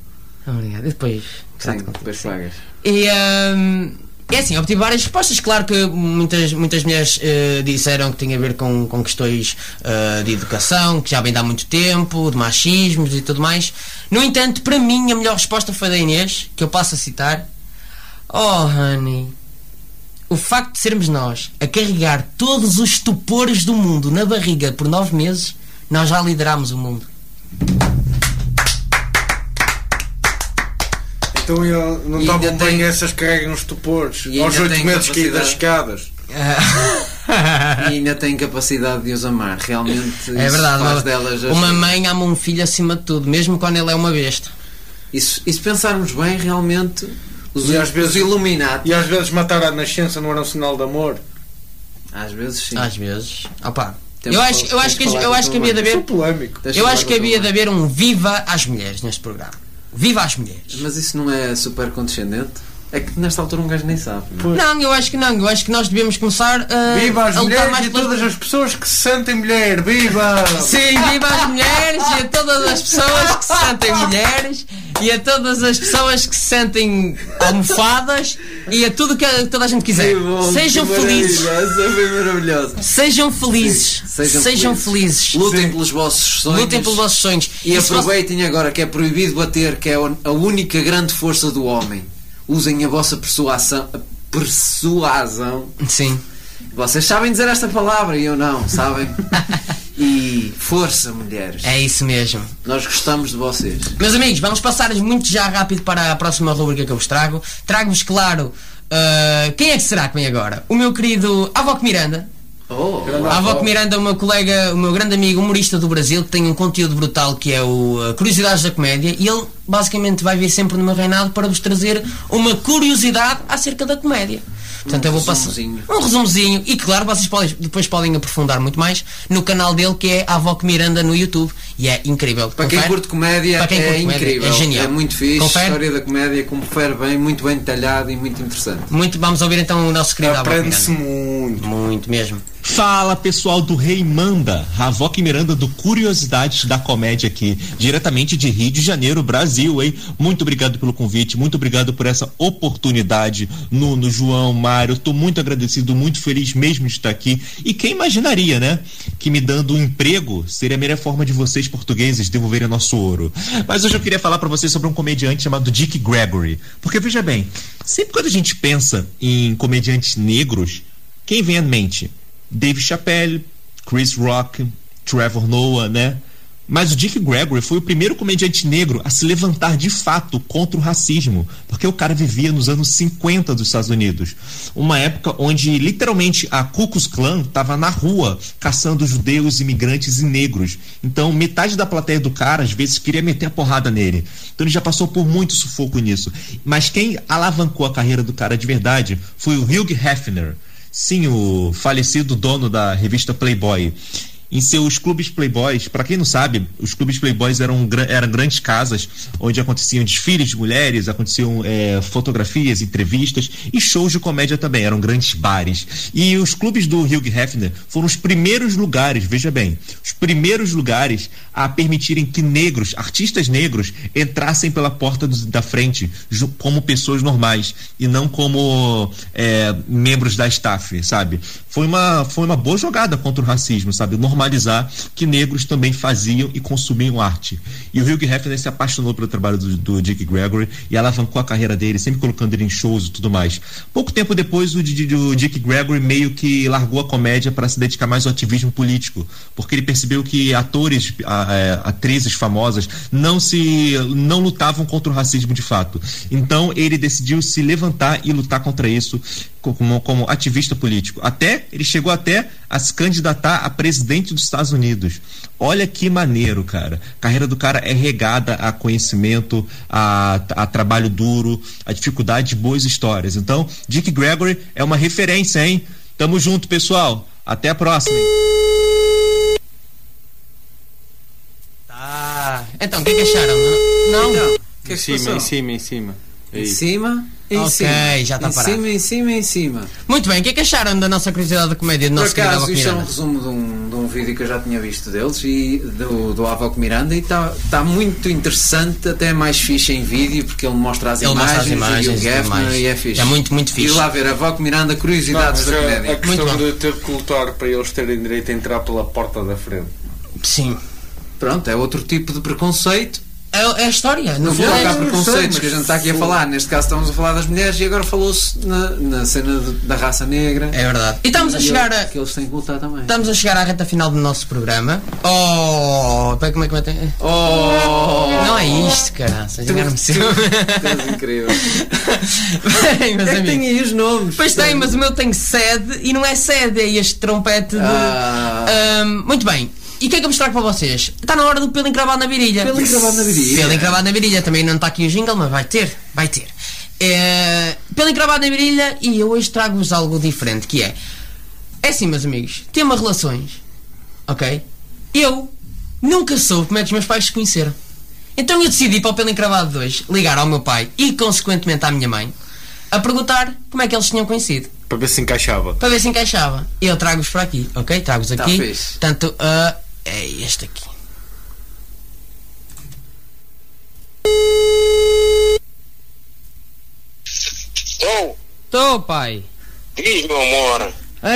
Speaker 3: Obrigado. E depois.
Speaker 2: Sim, depois pagas.
Speaker 3: E hum, é assim, obtive várias respostas. Claro que muitas, muitas mulheres eh, disseram que tinha a ver com, com questões eh, de educação, que já vem de há muito tempo, de machismos e tudo mais. No entanto, para mim, a melhor resposta foi da Inês, que eu passo a citar: Oh, honey. O facto de sermos nós a carregar todos os estupores do mundo na barriga por nove meses, nós já liderámos o mundo.
Speaker 1: Então eu não
Speaker 2: E
Speaker 1: tomo
Speaker 2: ainda
Speaker 1: bem
Speaker 2: tem-
Speaker 1: essas carregam os topores.
Speaker 2: E ainda
Speaker 1: Aos
Speaker 2: tem
Speaker 1: oito meses que ia das escadas.
Speaker 2: E ainda tem capacidade de os amar. Realmente
Speaker 3: É
Speaker 2: isso
Speaker 3: verdade,
Speaker 2: faz
Speaker 3: mas
Speaker 2: delas as-
Speaker 3: uma mãe ama um filho acima de tudo, mesmo quando ele é uma besta.
Speaker 2: Isso, e se pensarmos bem, realmente os,
Speaker 1: E às vezes-
Speaker 2: os Illuminati.
Speaker 1: E às vezes matar a nascença não era um sinal de amor.
Speaker 2: Às vezes sim.
Speaker 3: Às vezes. Opa.
Speaker 2: Temos
Speaker 3: Eu
Speaker 2: que
Speaker 3: acho,
Speaker 2: falar-
Speaker 3: eu acho que
Speaker 2: temos que
Speaker 3: eu
Speaker 2: falar
Speaker 3: acho que
Speaker 2: com
Speaker 3: havia de
Speaker 2: toda a
Speaker 1: Sou
Speaker 3: haver
Speaker 1: polémico.
Speaker 2: Deixa
Speaker 3: eu
Speaker 2: falar
Speaker 3: acho que
Speaker 2: com a tua
Speaker 3: havia de
Speaker 2: mãe.
Speaker 3: haver um viva às mulheres neste programa. Viva às mulheres.
Speaker 2: Mas isso não é super condescendente? É que nesta altura um gajo nem sabe. não é?
Speaker 3: Não, eu acho que não. Eu acho que nós devemos começar
Speaker 2: Ah,
Speaker 3: a,
Speaker 1: Viva as
Speaker 2: tá
Speaker 3: a lutar
Speaker 1: mulheres
Speaker 3: mais
Speaker 1: e
Speaker 3: pelas-
Speaker 1: todas as pessoas que se sentem mulher. Viva!
Speaker 3: Sim, viva as mulheres e a todas as pessoas que se sentem mulheres e a todas as pessoas que se sentem almofadas e a tudo que a- toda a gente quiser.
Speaker 2: Que bom,
Speaker 3: Sejam
Speaker 2: que
Speaker 3: felizes.
Speaker 2: maravilha, Essa foi maravilhosa.
Speaker 3: Sejam felizes.
Speaker 2: Sejam
Speaker 3: Sejam,
Speaker 2: felizes.
Speaker 3: felizes.
Speaker 2: Lutem pelos vossos sonhos.
Speaker 3: Lutem pelos vossos sonhos.
Speaker 2: E
Speaker 3: se vocês-
Speaker 2: aproveitem agora que é proibido bater, que é a única grande força do homem. Usem a vossa persuasão. a persuasão.
Speaker 3: Sim.
Speaker 2: Vocês sabem dizer esta palavra e eu não, sabem? e força, mulheres.
Speaker 3: É isso mesmo.
Speaker 2: Nós gostamos de vocês.
Speaker 3: Meus amigos, vamos passar muito já rápido para a próxima rubrica que eu vos trago. Trago-vos, claro, ah, quem é que será que vem agora? O meu querido Avoc Miranda.
Speaker 2: Oh,
Speaker 1: Grande-
Speaker 3: Avoc Miranda é o meu colega, o meu grande amigo humorista do Brasil, que tem um conteúdo brutal que é o ah, Curiosidades da Comédia. E ele basicamente vai vir sempre no meu reinado para vos trazer uma curiosidade acerca da comédia. Portanto, eu vou passar
Speaker 2: resumozinho.
Speaker 3: um resumozinho. E claro, vocês podem, depois podem aprofundar muito mais no canal dele que é Avoc Miranda no YouTube. E é incrível.
Speaker 2: Para quem
Speaker 3: Confere?
Speaker 2: curte comédia
Speaker 3: Para quem
Speaker 2: é
Speaker 3: curte comédia,
Speaker 2: incrível.
Speaker 3: é genial.
Speaker 2: muito fixe.
Speaker 3: Confere?
Speaker 2: A história da comédia confere bem, muito bem detalhado e muito interessante.
Speaker 3: Muito, vamos ouvir então o nosso
Speaker 2: Tá
Speaker 3: querido Avoc
Speaker 1: Aprende-se
Speaker 3: Miranda.
Speaker 1: muito.
Speaker 3: Muito mesmo.
Speaker 4: Fala pessoal do Rei Manda, Ravoc Miranda do Curiosidades da Comédia aqui, diretamente de Rio de Janeiro, Brasil, hein? Muito obrigado pelo convite, muito obrigado por essa oportunidade, Nuno, João, Mário, tô muito agradecido, muito feliz mesmo de estar aqui. E quem imaginaria, né? Que me dando um emprego seria a melhor forma de vocês portugueses devolverem nosso ouro. Mas hoje eu queria falar para vocês sobre um comediante chamado Dick Gregory, porque veja bem, sempre quando a gente pensa em comediantes negros, quem vem à mente? Dave Chappelle, Chris Rock, Trevor Noah, né? Mas o Dick Gregory foi o primeiro comediante negro a se levantar de fato contra o racismo, porque o cara vivia nos anos 50 dos Estados Unidos, uma época onde literalmente a Ku Klux Klan estava na rua caçando judeus, imigrantes e negros. Então, metade da plateia do cara às vezes queria meter a porrada nele. Então, ele já passou por muito sufoco nisso. Mas quem alavancou a carreira do cara de verdade foi o Hugh Hefner. Sim, o falecido dono da revista Playboy. Em seus clubes Playboys, para quem não sabe, os clubes Playboys eram, gra- eram grandes casas onde aconteciam desfiles de mulheres, aconteciam eh, fotografias, entrevistas e shows de comédia também, eram grandes bares. E os clubes do Hugh Hefner foram os primeiros lugares, veja bem, os primeiros lugares a permitirem que negros, artistas negros, entrassem pela porta do- da frente ju- como pessoas normais e não como eh, membros da staff, sabe? Foi uma, foi uma boa jogada contra o racismo, sabe? Normalizar que negros também faziam e consumiam arte. E o Hugh Hefner se apaixonou pelo trabalho do, do Dick Gregory e alavancou a carreira dele, sempre colocando ele em shows e tudo mais. Pouco tempo depois, o, Di- o Dick Gregory meio que largou a comédia para se dedicar mais ao ativismo político, porque ele percebeu que atores, a- é, atrizes famosas não se não lutavam contra o racismo de fato. Então ele decidiu se levantar e lutar contra isso co- como, como ativista político. Até ele chegou até a se candidatar a presidente dos Estados Unidos. Olha que maneiro, cara. A carreira do cara é regada a conhecimento, a, a trabalho duro, a dificuldade de boas histórias. Então, Dick Gregory é uma referência, hein? Tamo junto, pessoal. Até a próxima.
Speaker 3: Tá. Então, o que é que acharam? Não?
Speaker 2: Então, o que é
Speaker 1: Em
Speaker 2: que se
Speaker 1: cima,
Speaker 2: passou?
Speaker 1: em cima, em cima. É
Speaker 2: Em
Speaker 1: isso.
Speaker 2: cima, em
Speaker 3: Ok,
Speaker 2: cima.
Speaker 3: já tá
Speaker 2: em
Speaker 3: parado.
Speaker 2: cima, em cima, em cima.
Speaker 3: Muito bem, o que é que acharam da nossa curiosidade da comédia do
Speaker 2: Por
Speaker 3: nosso querido
Speaker 2: acaso,
Speaker 3: Avoc
Speaker 2: isto é um
Speaker 3: Miranda?
Speaker 2: resumo de um, de um vídeo que eu já tinha visto deles e do, do Avoc Miranda e está tá muito interessante, até é mais fixe em vídeo, porque ele mostra as
Speaker 3: Ele
Speaker 2: imagens,
Speaker 3: mostra as
Speaker 2: e o
Speaker 3: imagens e tudo
Speaker 2: Hefner
Speaker 3: mais.
Speaker 2: e é fixe.
Speaker 3: É muito, muito fixe.
Speaker 2: E lá ver Avoc Miranda,
Speaker 1: Não,
Speaker 2: curiosidades
Speaker 1: mas é
Speaker 2: da
Speaker 1: a, a
Speaker 2: comédia.
Speaker 1: questão
Speaker 3: Muito
Speaker 1: de ter que lutar para eles terem direito a entrar pela porta da frente.
Speaker 2: um-
Speaker 3: Sim.
Speaker 2: Pronto, é outro tipo de preconceito.
Speaker 3: É, é a história. No
Speaker 2: Não
Speaker 3: fundo,
Speaker 2: vou
Speaker 3: é
Speaker 2: tocar
Speaker 1: não
Speaker 2: preconceitos
Speaker 1: sei,
Speaker 2: que a gente
Speaker 1: mas
Speaker 2: está aqui a
Speaker 1: foi.
Speaker 2: falar. Neste caso, estamos a falar das mulheres e agora falou-se na, na cena do- da raça negra.
Speaker 3: É verdade. E estamos a
Speaker 2: E
Speaker 3: chegar
Speaker 2: ele-
Speaker 3: a, Tá-
Speaker 2: Que eles têm que lutar também.
Speaker 3: estamos a chegar à reta final do nosso programa. Oh, pera, como é que eu tenho-
Speaker 2: Oh!
Speaker 3: Não é isto, caraças. engano-me sempre.
Speaker 2: Coisa incrível.
Speaker 3: Bem, meus
Speaker 2: É que
Speaker 3: amigos.
Speaker 2: tem aí os nomes.
Speaker 3: Pois tem, mas o meu tem sede e não é sede, é este trompete de.
Speaker 2: Ah.
Speaker 3: Ahm, muito bem. E o que é que eu mostrar para vocês? Está na hora do pelo encravado na virilha.
Speaker 2: Pelo encravado na virilha.
Speaker 3: Pelo encravado na virilha. Também não está aqui o jingle, mas vai ter. Vai ter. É, pelo encravado na virilha e eu hoje trago-vos algo diferente, que é... É assim, meus amigos. Tema relações. Ok? Eu nunca soube como é que os meus pais se conheceram. Então eu decidi para o pelo encravado 2 ligar ao meu pai e, consequentemente, à minha mãe a perguntar como é que eles se tinham conhecido
Speaker 1: Para ver se encaixava.
Speaker 3: para ver se encaixava. Eu trago-vos para aqui, ok? Trago-vos
Speaker 2: Tá
Speaker 3: aqui.
Speaker 2: fixe.
Speaker 3: Portanto, ah, é este aqui.
Speaker 5: Estou?
Speaker 3: Estou, pai.
Speaker 5: Diz, meu amor.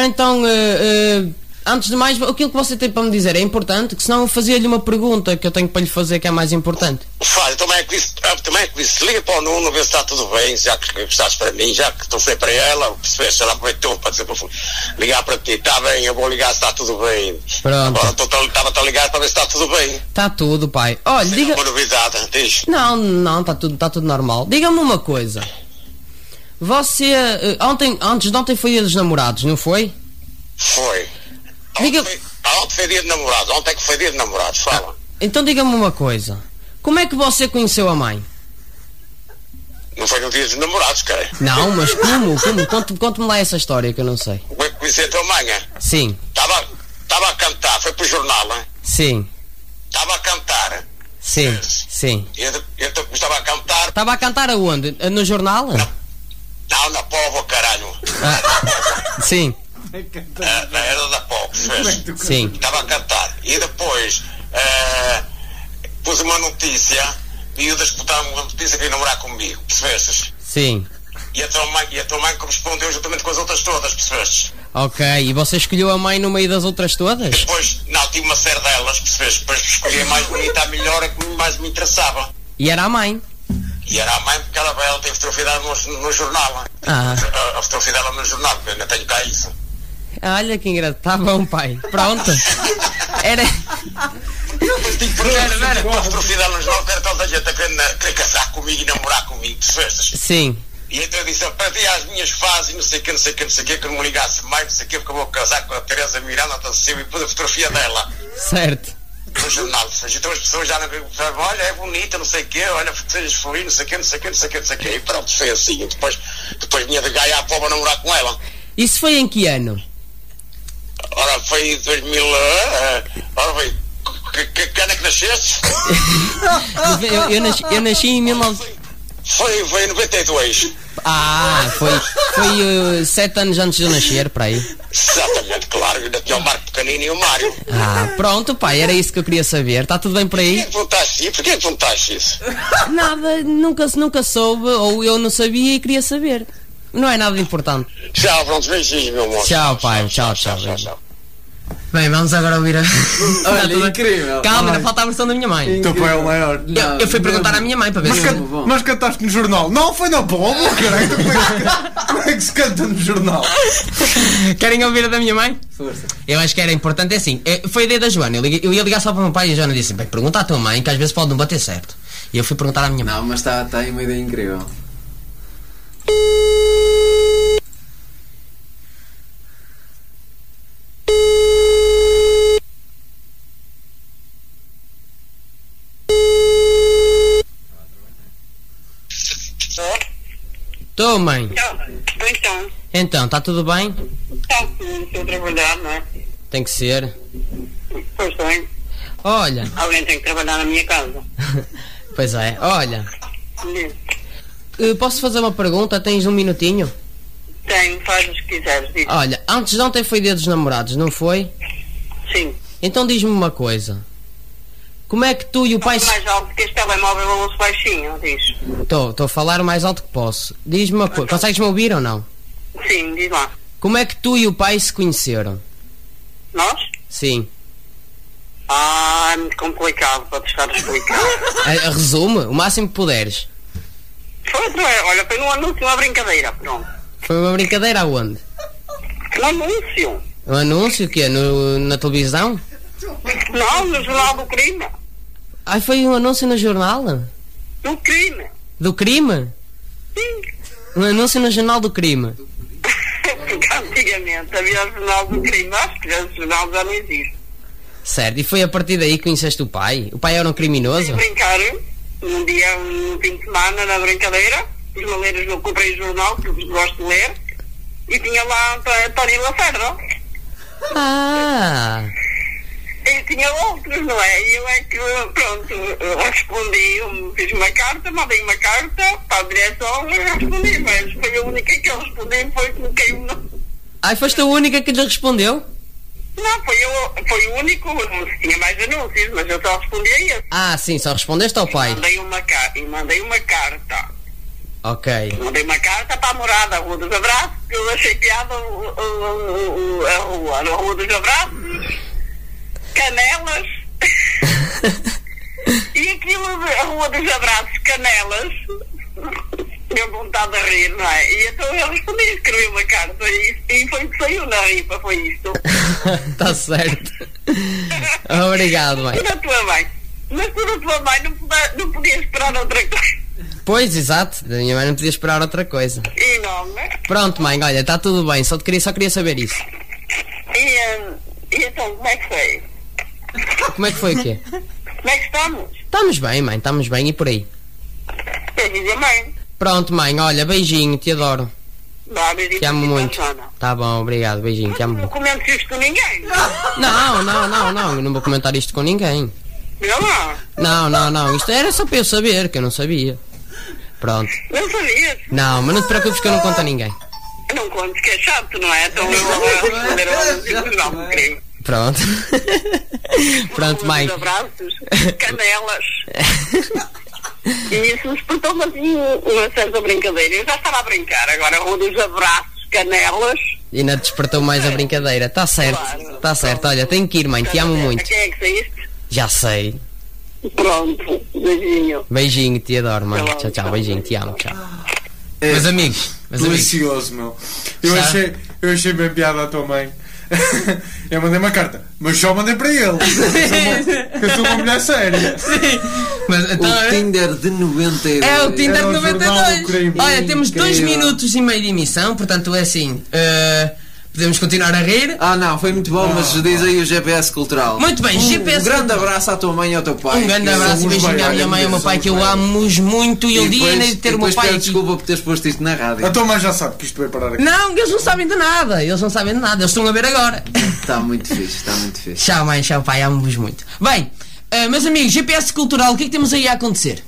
Speaker 3: Então, ah, ah, antes de mais, aquilo que você tem para me dizer é importante, que senão eu fazia-lhe uma pergunta que eu tenho para lhe fazer que é mais importante.
Speaker 5: Faz, também é que disse, ah, também é que disse, liga para o Nuno, vê se está tudo bem, já que gostaste para mim, já que telefonei para ela, percebeste, ela aproveitou para dizer, para eu ligar para ti, está bem, eu vou ligar se está tudo bem.
Speaker 3: Pronto.
Speaker 5: Agora estou- estava-te a ligar para ver se está tudo bem.
Speaker 3: Está Tá tudo, pai. Olha,
Speaker 5: Tem
Speaker 3: diga.
Speaker 5: alguma novidade, diz.
Speaker 3: Não, não, está tudo, tá tudo normal. Diga-me uma coisa. Você. ah, ontem, antes de ontem foi dia dos namorados, não foi?
Speaker 5: Foi.
Speaker 3: Diga- Ah.
Speaker 5: Ontem, ontem foi dia de namorados, ontem é que foi dia de namorados, fala.
Speaker 3: Então diga-me uma coisa. Como é que você conheceu a mãe?
Speaker 5: Não foi no dia dos namorados, cara.
Speaker 3: Não, mas como? Como? Conte- Conte-me lá essa história que eu não sei.
Speaker 5: Como é que conheci a tua mãe? hein?
Speaker 3: Sim,
Speaker 5: Estava estava a cantar, foi para o jornal, hein?
Speaker 3: sim,
Speaker 5: estava a cantar.
Speaker 3: sim, sim.
Speaker 5: Eu, eu t- estava a cantar,
Speaker 3: Estava a cantar aonde? No jornal?
Speaker 5: não, na povo, caralho.
Speaker 3: Ah, sim,
Speaker 5: Ah, na era da povo, percebes?
Speaker 3: sim.
Speaker 5: Estava a cantar. E depois ah, pus uma notícia, miúdas que botaram uma notícia que ia namorar comigo, percebestes?
Speaker 3: Sim.
Speaker 5: E a tua mãe, e a tua mãe correspondeu juntamente com as outras todas, percebestes?
Speaker 3: Ok, e você escolheu a mãe no meio das outras todas?
Speaker 5: Depois, não, tive uma série delas, percebeste? Depois escolhi a mais bonita, a melhor, a que mais me interessava.
Speaker 3: E era a mãe.
Speaker 5: E era a mãe, porque ela, ela tem fotografia dela no, no jornal.
Speaker 3: Ah.
Speaker 5: A, a fotografia dela no jornal, porque eu ainda tenho cá isso.
Speaker 3: Olha que engraçado. Tá bom, pai. Pronto. Era.
Speaker 5: Porque era com a fotografia dela no jornal, que era tanta gente a querer, na- querer casar comigo e namorar comigo, percebestes?
Speaker 3: Sim,
Speaker 5: E então eu disse, para ti as minhas fases, e não sei o que, não sei o que, não sei o que, que eu não me ligasse mais, não sei o que, porque eu vou casar com a Teresa Miranda da Silva e pus a fotografia dela
Speaker 3: certo.
Speaker 5: no jornal. percebes? Então as pessoas já não pensavam, olha, é bonita, não sei o que, olha, sejas feliz, não sei o que, não sei o que, não sei o que, não sei o que. E pronto, foi assim. E depois, depois vinha de Gaia à Póvoa namorar com ela.
Speaker 3: Isso foi em que ano?
Speaker 5: Ora, foi 2000. ah, ah, ora, foi. Que, que, que ano é que nasceste?
Speaker 3: Eu, eu- eu nasci, eu nasci em 19...
Speaker 5: Foi, foi em 92.
Speaker 3: Ah, foi, foi eh, sete anos antes de eu nascer, para aí.
Speaker 5: Exatamente, claro. Ainda tinha o Marco Pequenino e o Mário.
Speaker 3: Ah, pronto, pai, era isso que eu queria saber. Está tudo bem por
Speaker 5: Porquê
Speaker 3: aí?
Speaker 5: que perguntaste isso? Porquê que perguntaste isso?
Speaker 3: Nada, nunca, nunca soube, ou eu não sabia e queria saber. Não é nada importante.
Speaker 5: Tchau, pronto, beijinhos, meu amor.
Speaker 3: Tchau, pai. Tchau, tchau, beijinho. Bem, vamos agora ouvir a. Tá
Speaker 2: Olha,
Speaker 3: tudo bem.
Speaker 2: incrível.
Speaker 3: Calma,
Speaker 2: Olha.
Speaker 3: ainda falta a versão da minha mãe.
Speaker 1: Teu pai é o maior.
Speaker 3: Eu, eu fui perguntar à minha mãe para ver
Speaker 1: Mas,
Speaker 3: se.
Speaker 1: can-
Speaker 2: bom.
Speaker 1: mas cantaste no jornal. Não, foi na bomba, caralho. Então, Como, é que- como é que se canta no jornal?
Speaker 3: Querem ouvir a da minha mãe?
Speaker 2: Força.
Speaker 3: Eu acho que era importante, é assim, eh, foi a ideia da Joana, eu, liguei- eu ia ligar só para o meu pai e a Joana disse, assim, bem, pergunta à tua mãe que às vezes pode não bater certo. E eu fui perguntar à minha mãe.
Speaker 2: Não, mas está tá aí uma ideia incrível.
Speaker 3: Tô, mãe.
Speaker 6: Então, então,
Speaker 3: Então, está tudo bem?
Speaker 6: tá, estou a trabalhar, não é?
Speaker 3: Tem que ser.
Speaker 6: Pois bem,
Speaker 3: Olha,
Speaker 6: alguém tem que trabalhar na minha casa.
Speaker 3: pois é, olha, eh, posso fazer uma pergunta? Tens um minutinho?
Speaker 6: Tem, faz o que quiseres, diz.
Speaker 3: Olha, antes de ontem foi dia dos namorados, não foi?
Speaker 6: Sim.
Speaker 3: Então diz-me uma coisa. Como é que tu e o pai...
Speaker 6: Fala mais alto, porque este telemóvel eu ouço baixinho, diz.
Speaker 3: Estou a falar o mais alto que posso. Diz-me uma coisa, consegues-me ouvir ou não?
Speaker 6: Sim, diz lá.
Speaker 3: Como é que tu e o pai se conheceram?
Speaker 6: Nós?
Speaker 3: Sim.
Speaker 6: Ah, é muito complicado para te estar a explicar.
Speaker 3: Eh, Resume, o máximo que puderes.
Speaker 6: Foi, não é? Olha, foi num anúncio, uma brincadeira, pronto.
Speaker 3: Foi uma brincadeira aonde?
Speaker 6: Um anúncio?
Speaker 3: Um anúncio que é na televisão?
Speaker 6: Não, no jornal do crime.
Speaker 3: Ai, foi um anúncio no jornal?
Speaker 6: Do crime.
Speaker 3: Do crime?
Speaker 6: Sim.
Speaker 3: Um anúncio no jornal do crime.
Speaker 6: Porque antigamente havia o jornal do crime. Acho que já o jornal já não existe.
Speaker 3: Certo, e foi a partir daí que conheceste o pai? O pai era um criminoso?
Speaker 6: brincar num dia, um fim de semana, na brincadeira. Os maleiros, eu comprei o jornal, que eu gosto de ler, e tinha lá Anto- António Lacerda.
Speaker 3: Ah!
Speaker 6: E tinha outros, não é? E eu é que, pronto, eu respondi, eu fiz uma carta, mandei uma carta para a direção e respondi, mas foi a única que eu respondi, foi coloquei-me no.
Speaker 3: Ai, foste a única que lhe respondeu?
Speaker 6: Não, foi, eu, foi o único anúncio, tinha mais anúncios, mas eu só respondi a esse.
Speaker 3: Ah, sim, só respondeste ao pai.
Speaker 6: Mandei uma, ca- e mandei uma carta.
Speaker 3: Ok.
Speaker 6: Mandei uma carta para a morada, a Rua dos Abraços, que eu achei piada o- o- o- a rua, a Rua dos Abraços, Canelas, e aquilo, de- a Rua dos Abraços, Canelas, deu vontade de rir, não é? E então eu respondi, escrevi uma carta, e, e foi o que saiu na ripa, foi isto.
Speaker 3: Está Tá certo. Obrigado, mãe.
Speaker 6: Tudo a tua mãe, mas tudo a tua mãe, não, podia, não podia esperar outra coisa.
Speaker 3: Pois, exato. Da minha mãe não podia esperar outra coisa.
Speaker 6: E não, não é?
Speaker 3: Pronto, mãe, olha, está tudo bem. Só, te queria, só queria saber isso.
Speaker 6: E, hum, e então, como é que foi?
Speaker 3: Como é que foi o quê?
Speaker 6: Como é que estamos?
Speaker 3: Estamos bem, mãe, estamos bem e por aí.
Speaker 6: Eu dizia, mãe...
Speaker 3: Pronto, mãe, olha, beijinho, te adoro.
Speaker 6: Vá, beijinho
Speaker 3: Te amo
Speaker 6: para ti,
Speaker 3: muito.
Speaker 6: Santana.
Speaker 3: Tá bom, obrigado, beijinho, te amo
Speaker 6: Não
Speaker 3: muito.
Speaker 6: comentes isto com ninguém.
Speaker 3: Não, não, não, não, eu não vou comentar isto com ninguém.
Speaker 6: Olha lá.
Speaker 3: Não, não, não, isto era só para eu saber, que eu não sabia. Pronto.
Speaker 6: Não sabias.
Speaker 3: Não, mas não te preocupes que eu não conto a ninguém.
Speaker 6: Não contes que é chato, não é? Então eu vou responder ao não, querido.
Speaker 3: Pronto. Pronto, mãe.
Speaker 6: Uns abraços, canelas. e isso despertou-me assim uma certa brincadeira. Eu já estava a brincar, agora um dos abraços, canelas.
Speaker 3: Ainda despertou mais a brincadeira. Tá certo,
Speaker 6: Claro.
Speaker 3: tá certo. Olha, tenho que ir, mãe, te amo
Speaker 6: A
Speaker 3: muito.
Speaker 6: quem é que saíste?
Speaker 3: Já sei.
Speaker 6: Pronto, beijinho.
Speaker 3: Beijinho, te adoro, mãe.
Speaker 6: Tchau,
Speaker 3: Tchau, tchau,
Speaker 6: tchau.
Speaker 3: beijinho, te amo, tchau.
Speaker 1: É.
Speaker 3: Meus amigos, meus amigos.
Speaker 1: Delicioso, meu. Eu
Speaker 3: Já?
Speaker 1: achei, eu achei bem piada a tua mãe. eu mandei uma carta, mas só mandei para ele. Eu sou uma, eu sou uma mulher séria.
Speaker 3: Mas, então,
Speaker 2: O Tinder de 92.
Speaker 3: É o Tinder
Speaker 1: Era o jornal do
Speaker 3: 92.
Speaker 1: crime.
Speaker 3: Olha, temos dois
Speaker 2: Incrível.
Speaker 3: minutos e meio de emissão, portanto é assim. eh, podemos continuar a rir.
Speaker 2: Ah, não, foi muito bom, mas diz aí o GPS cultural.
Speaker 3: Muito bem,
Speaker 2: um,
Speaker 3: GPS
Speaker 2: Um grande
Speaker 3: cultural.
Speaker 2: abraço à tua mãe e ao teu pai.
Speaker 3: Um grande
Speaker 2: que
Speaker 3: abraço e
Speaker 2: somos bem,
Speaker 3: beijinho à minha
Speaker 2: olha,
Speaker 3: mãe e ao meu pai,
Speaker 2: somos
Speaker 3: que eu
Speaker 2: bem.
Speaker 3: amos muito. E um dia ainda de ter o meu
Speaker 2: depois
Speaker 3: pai
Speaker 2: peço
Speaker 3: aqui.
Speaker 2: desculpa por teres posto isto na rádio.
Speaker 1: A tua mãe Então, já sabe que isto veio parar aqui.
Speaker 3: Não, eles não sabem de nada. Eles não sabem de nada. Eles estão a ver agora.
Speaker 2: Está muito fixe, está muito fixe.
Speaker 3: Tchau, mãe, tchau, pai. Amo-vos muito. Bem, eh, meus amigos, GPS cultural, o que é que temos aí a acontecer?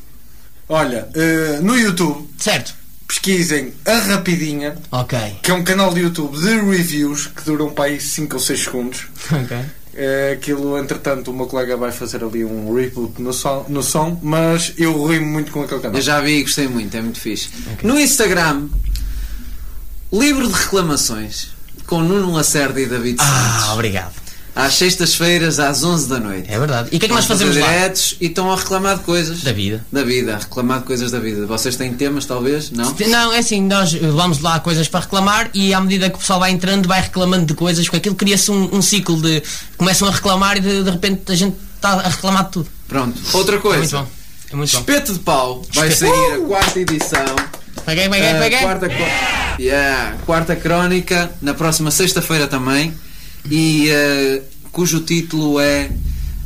Speaker 1: Olha, eh, no YouTube,
Speaker 3: Certo?
Speaker 1: pesquisem a Rapidinha,
Speaker 3: Ok.
Speaker 1: que é um canal de YouTube de reviews que duram para aí 5 ou 6 segundos.
Speaker 3: Ok.
Speaker 1: Eh, aquilo, entretanto, o meu colega vai fazer ali um reboot no som, no som mas eu rimo muito com aquele canal.
Speaker 2: Eu já vi e gostei muito, é muito fixe. No Instagram, livro de reclamações com Nuno Lacerda e David
Speaker 3: Ah,
Speaker 2: Santos.
Speaker 3: obrigado.
Speaker 2: Às sextas-feiras, às 11 da noite.
Speaker 3: É verdade. E o que é que nós
Speaker 2: Vão fazer
Speaker 3: fazemos lá?
Speaker 2: diretos e estão a reclamar de coisas.
Speaker 3: Da vida.
Speaker 2: Da vida, a reclamar de coisas da vida. Vocês têm temas, talvez? Não?
Speaker 3: Não, é assim, nós eh, vamos lá coisas para reclamar e à medida que o pessoal vai entrando vai reclamando de coisas, com aquilo cria-se um, um ciclo de começam a reclamar e de, de repente a gente está a reclamar de tudo.
Speaker 2: Pronto. Outra
Speaker 3: É muito
Speaker 2: coisa.
Speaker 3: bom. É muito bom.
Speaker 2: Espeto de pau vai
Speaker 3: Espeto.
Speaker 2: sair a quarta edição.
Speaker 3: Paguei, paguei,
Speaker 2: A
Speaker 3: paguei.
Speaker 2: Quarta, cro- Yeah, quarta crónica, na próxima sexta-feira também, e eh, cujo título é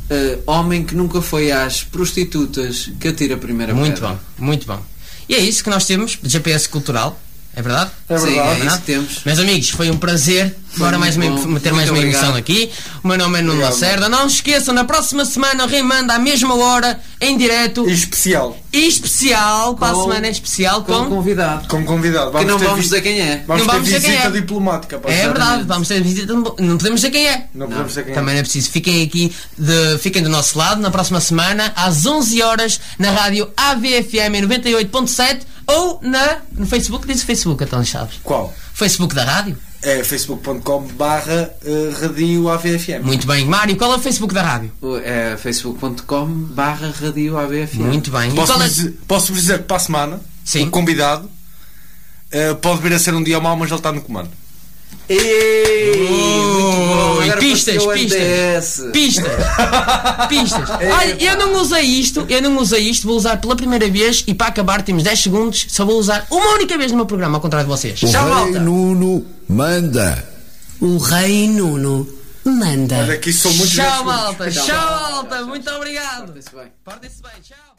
Speaker 2: eh, Homem que nunca foi às prostitutas que atira a primeira
Speaker 3: É Muito
Speaker 2: pedra.
Speaker 3: bom, muito bom. E é isso que nós temos, GPS Cultural, é verdade?
Speaker 1: É
Speaker 2: Sim,
Speaker 1: verdade.
Speaker 2: é isso que temos.
Speaker 3: Meus amigos, foi um prazer. Agora mais uma,
Speaker 2: muito bom.
Speaker 3: ter mais
Speaker 2: Muito
Speaker 3: uma
Speaker 2: obrigado.
Speaker 3: emissão aqui. O meu nome é Nuno Lacerda. Não se esqueçam, na próxima semana, Remanda à mesma hora, em direto,
Speaker 1: E especial,
Speaker 3: e especial, para a
Speaker 2: Com-
Speaker 3: semana é especial,
Speaker 2: Com
Speaker 3: com.
Speaker 2: um convidado.
Speaker 1: com convidado.
Speaker 2: Que não
Speaker 1: ter
Speaker 2: vamos
Speaker 1: vi-
Speaker 2: dizer quem é.
Speaker 1: Vamos
Speaker 3: Não
Speaker 1: ter
Speaker 3: vamos dizer quem
Speaker 1: visita
Speaker 3: é.
Speaker 1: diplomática. pá.
Speaker 3: É verdade, vamos ter visita. Não podemos dizer quem é.
Speaker 1: Não podemos dizer quem é.
Speaker 3: Também não é preciso. Fiquem aqui, de- fiquem do nosso lado na próxima semana, às 11 horas, na rádio AVFM 98.7 ou na, no Facebook. Diz o Facebook, então, sabes?
Speaker 1: Qual?
Speaker 3: Facebook da rádio?
Speaker 1: É facebook.com barra eh, radio AVFM.
Speaker 3: Muito bem. Mário, qual é o Facebook da rádio?
Speaker 2: O- É facebook.com barra radio ABFM.
Speaker 3: Muito bem. E
Speaker 1: Posso,
Speaker 3: qual é-
Speaker 1: dizer, posso dizer que para a semana
Speaker 3: Sim.
Speaker 1: o convidado eh, pode vir a ser um dia mau, mas ele está no comando.
Speaker 2: Ei,
Speaker 3: Oh,
Speaker 2: Agora
Speaker 3: e pistas,
Speaker 2: pareceu NTS.
Speaker 3: pistas, pistas, pistas.
Speaker 1: É.
Speaker 3: Olha, eu não usei isto, eu não usei isto, vou usar pela primeira vez e para acabar temos 10 segundos, só vou usar uma única vez no meu programa, ao contrário de vocês.
Speaker 7: O
Speaker 3: Tchau,
Speaker 7: Rei
Speaker 3: malta.
Speaker 7: Nuno manda.
Speaker 8: O Rei Nuno manda.
Speaker 1: Olha, aqui sou muito
Speaker 3: Tchau,
Speaker 1: grato.
Speaker 3: malta. Tchau, malta. Muito obrigado.
Speaker 2: Partem-se bem.
Speaker 3: Portem-se bem. Tchau.